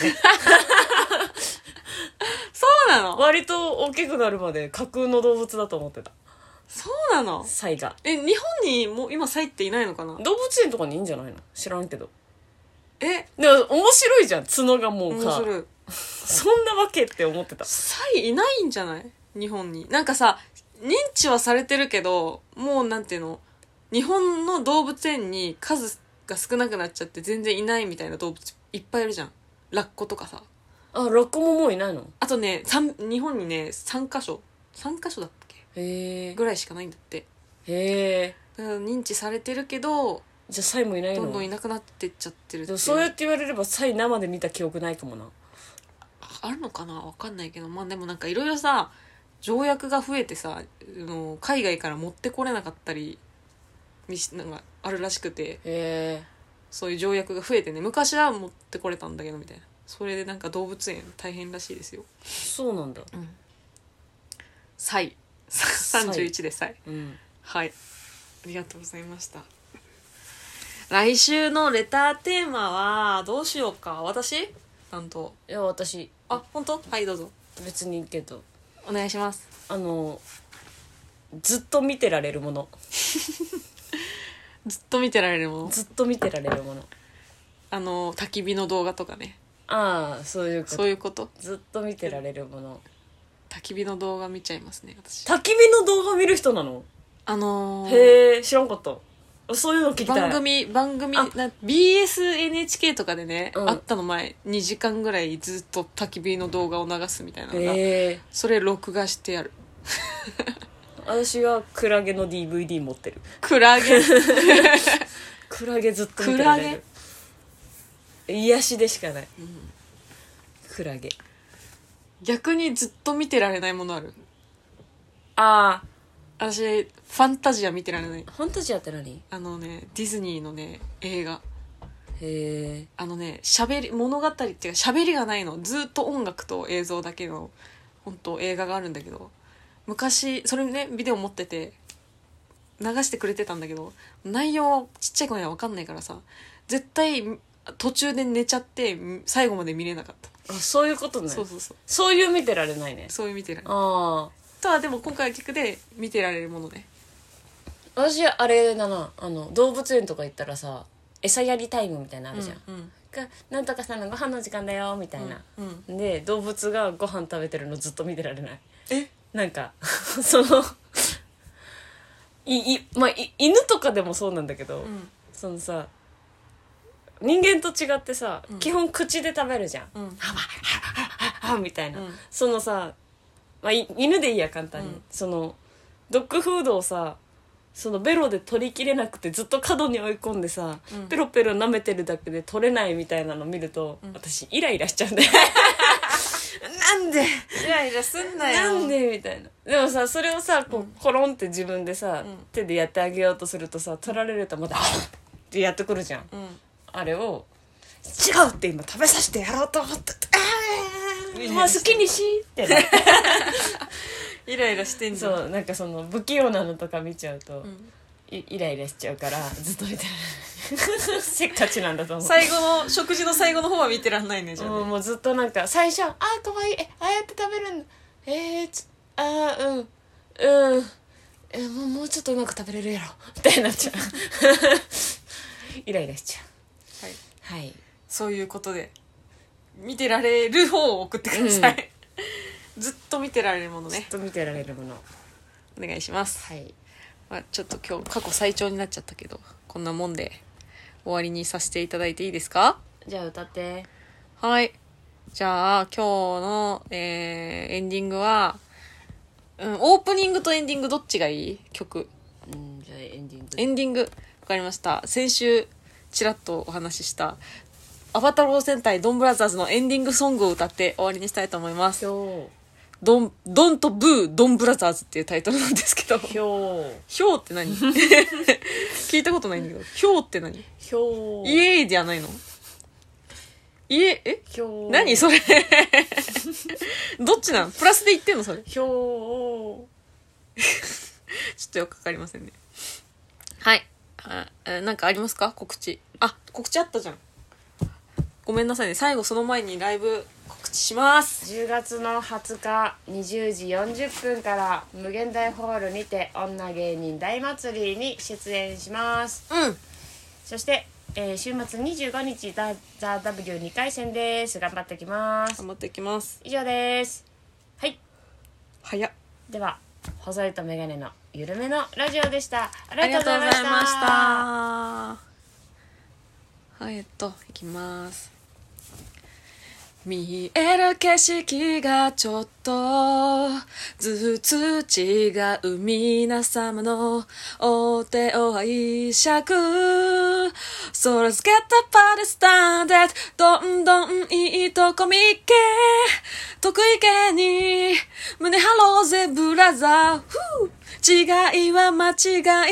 Speaker 2: そうなの
Speaker 1: 割と大きくなるまで架空の動物だと思ってた
Speaker 2: そうなの
Speaker 1: サイが
Speaker 2: え日本にもう今サイっていないのかな
Speaker 1: 動物園とかにいいんじゃないの知らんけど
Speaker 2: え
Speaker 1: でも面白いじゃん角がもう
Speaker 2: 面
Speaker 1: か
Speaker 2: 白い
Speaker 1: そんなわけって思ってた
Speaker 2: サイいないんじゃない日本になんかさ認知はされてるけどもうなんていうの日本の動物園に数が少なくなっちゃって全然いないみたいな動物いっぱいいるじゃんラッコとかさ
Speaker 1: あラッコももういないの
Speaker 2: あとねさん日本にね3箇所3箇所だっ
Speaker 1: へ
Speaker 2: けぐらいしかないんだって
Speaker 1: えへえ
Speaker 2: だから認知されてるけど
Speaker 1: じゃあサイもいないの
Speaker 2: どんどんいなくなってっちゃってるって
Speaker 1: で
Speaker 2: い
Speaker 1: もそうやって言われればサイ生で見た記憶ないかもな
Speaker 2: あるのかなわかんないけどまあでもなんかいろいろさ条約が増えてさあの海外から持ってこれなかったりみしなんかあるらしくて
Speaker 1: へえ
Speaker 2: そういう条約が増えてね昔は持ってこれたんだけどみたいなそれでなんか動物園大変らしいですよ
Speaker 1: そうなんだ
Speaker 2: サイ
Speaker 1: サイ
Speaker 2: 31でサイ
Speaker 1: うん
Speaker 2: はいありがとうございました来週のレターテーマはどうしようか私担当
Speaker 1: いや私
Speaker 2: あ本当はいどうぞ
Speaker 1: 別にいいけど
Speaker 2: お願いします
Speaker 1: あのずっと見てられるもの
Speaker 2: ずっと見てられるもの
Speaker 1: ずっと見てられるもの
Speaker 2: あの焚き火の動画とかね
Speaker 1: ああそういうこと
Speaker 2: そういうこと
Speaker 1: ずっと見てられるもの
Speaker 2: 焚き火の動画見ちゃいますね私
Speaker 1: 焚き火の動画見る人なの
Speaker 2: あのー
Speaker 1: へえ知らんかったそういうの聞きたい
Speaker 2: 番組番組
Speaker 1: あ
Speaker 2: な BSNHK とかでね、
Speaker 1: うん
Speaker 2: あったの前2時間ぐらいずっと焚き火の動画を流すみたいなのが、
Speaker 1: へえ
Speaker 2: それ録画してやる
Speaker 1: 私はクラゲの DVD 持ってる
Speaker 2: ク
Speaker 1: [LAUGHS]
Speaker 2: ラゲ
Speaker 1: クラゲずっと見てられる癒しでしかない、クラゲ
Speaker 2: 逆にずっと見てられないものある
Speaker 1: ああ
Speaker 2: 私ファンタジア見てられない
Speaker 1: ファンタジアって何
Speaker 2: あのねディズニーのね映画
Speaker 1: へえ
Speaker 2: あのね喋り物語っていうか喋りがないのずっと音楽と映像だけの本当映画があるんだけど昔それねビデオ持ってて流してくれてたんだけど内容はちっちゃい子には分かんないからさ絶対途中で寝ちゃって最後まで見れなかった、
Speaker 1: あそういうことねそ
Speaker 2: そう
Speaker 1: う
Speaker 2: そうそう
Speaker 1: いう見てられないね
Speaker 2: そういう見てられる
Speaker 1: ああ
Speaker 2: とはでも今回は逆で見てられるものね
Speaker 1: 私あれだなあの動物園とか行ったらさ餌やりタイムみたいなのあるじゃん、
Speaker 2: うん
Speaker 1: がなんとかさんのご飯の時間だよみたいな、
Speaker 2: うんうん
Speaker 1: で動物がご飯食べてるのずっと見てられない
Speaker 2: え
Speaker 1: なんか [LAUGHS] そのいい、まあ、い犬とかでもそうなんだけど、
Speaker 2: うん
Speaker 1: そのさ人間と違ってさ、
Speaker 2: ん
Speaker 1: 基本口で食べるじゃん、 [LAUGHS]
Speaker 2: うん
Speaker 1: あみたいな、
Speaker 2: うん
Speaker 1: そのさ、まあ、い犬でいいや簡単に、
Speaker 2: うん
Speaker 1: そのドッグフードをさそのベロで取りきれなくてずっと角に追い込んでさ、
Speaker 2: うん
Speaker 1: ペロペロ舐めてるだけで取れないみたいなの見ると、
Speaker 2: ん
Speaker 1: 私イライラしちゃうんだよなんで
Speaker 2: イライラすん
Speaker 1: [LAUGHS]
Speaker 2: な
Speaker 1: なんでみたいなでもさそれをさこうコロンって自分でさ、
Speaker 2: うん
Speaker 1: 手でやってあげようとするとさ取られるとまた「あっ!」ってやってくるじゃん
Speaker 2: うん
Speaker 1: あれを「違う!」って今食べさせてやろうと思ったあーもう好きにしってなる
Speaker 2: イライラしてんじゃ
Speaker 1: [LAUGHS]
Speaker 2: ん
Speaker 1: そうなんかその不器用なのとか見ちゃうと、
Speaker 2: ん
Speaker 1: いイライラしちゃうからずっと見てるせっかちなんだと思う [LAUGHS]
Speaker 2: 最後の食事の最後の方は見てらんないねじゃあね
Speaker 1: もうもうずっとなんか最初「あーかわいいえああやって食べるんだえー、ちあーうんうんえもうもうちょっとうまく食べれるやろ」 [LAUGHS] みたいになっちゃうイライラしちゃう
Speaker 2: はい
Speaker 1: はい
Speaker 2: そういうことで見てられる方を送ってください、 [LAUGHS] ずっと見てられるもの
Speaker 1: ずっ
Speaker 2: ね
Speaker 1: と見てられるもの
Speaker 2: お願いします、
Speaker 1: はい
Speaker 2: まあ、ちょっと今日過去最長になっちゃったけどこんなもんで終わりにさせていただいていいですか
Speaker 1: じゃあ歌って
Speaker 2: はいじゃあ今日の、えーエンディングは、うん、オープニングとエンディングどっちがいい曲
Speaker 1: うんじゃあエンディング
Speaker 2: エンディングわかりました先週ちらっとお話ししたアバタロー戦隊ドンブラザーズのエンディングソングを歌って終わりにしたいと思います
Speaker 1: ひ。ょ
Speaker 2: ドン、ドンとブー、ドンブラザーズっていうタイトルなんですけど。 [LAUGHS]
Speaker 1: うひょう
Speaker 2: ひょうって何 [LAUGHS] 聞いたことないんだけど。ひょうって何
Speaker 1: ひょう
Speaker 2: イエーイじゃないのイエえ
Speaker 1: ひょう
Speaker 2: 何 [LAUGHS] それどっちなんプラスで言ってんのそれ
Speaker 1: ひょ
Speaker 2: ちょっとよくわかりませんね。はい。あえーなんかありますか告知。あ、告知あったじゃん。ごめんなさいね。最後その前にライブ告知します。
Speaker 4: す10月の20日20時40分から無限大ホールにて女芸人大祭りに出演します
Speaker 2: うん。
Speaker 4: そして、えー週末25日ザ・ザ・ W2 回戦です頑張ってきます
Speaker 2: 頑張っていきます。
Speaker 4: 以上ですはい
Speaker 2: 早っ。
Speaker 4: では細いとメガネのゆるめのラジオでしたあ
Speaker 2: あ
Speaker 4: り
Speaker 2: り
Speaker 4: が
Speaker 2: が
Speaker 4: とう
Speaker 2: とう
Speaker 4: ご
Speaker 2: ご
Speaker 4: ざ
Speaker 2: ざ
Speaker 4: い
Speaker 2: い
Speaker 4: ま
Speaker 2: ま
Speaker 4: し
Speaker 2: したた。はい、えっと、いきます。見える景色がちょっとずつ違う皆様のお手を拝借 So let's get the party started どんどんいいとこ見っけ得意げに胸張ろうぜブラザー Woo 違いは間違いじゃない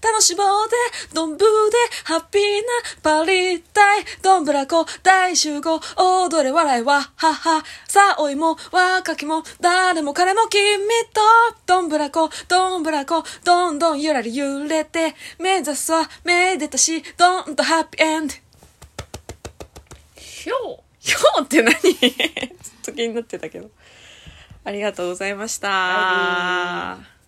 Speaker 2: 楽しもうでどんぶでハッピーなパリ大どんぶらこ大集合踊れ笑いはははさあ老いも若きも誰も彼も君とどんぶらこどんぶらこどんどんゆらり揺れて目指すはめでたしどんとハッピーエンド
Speaker 1: ひょう
Speaker 2: ひょうって何 [LAUGHS] ちょっと気になってたけどありがとうございました。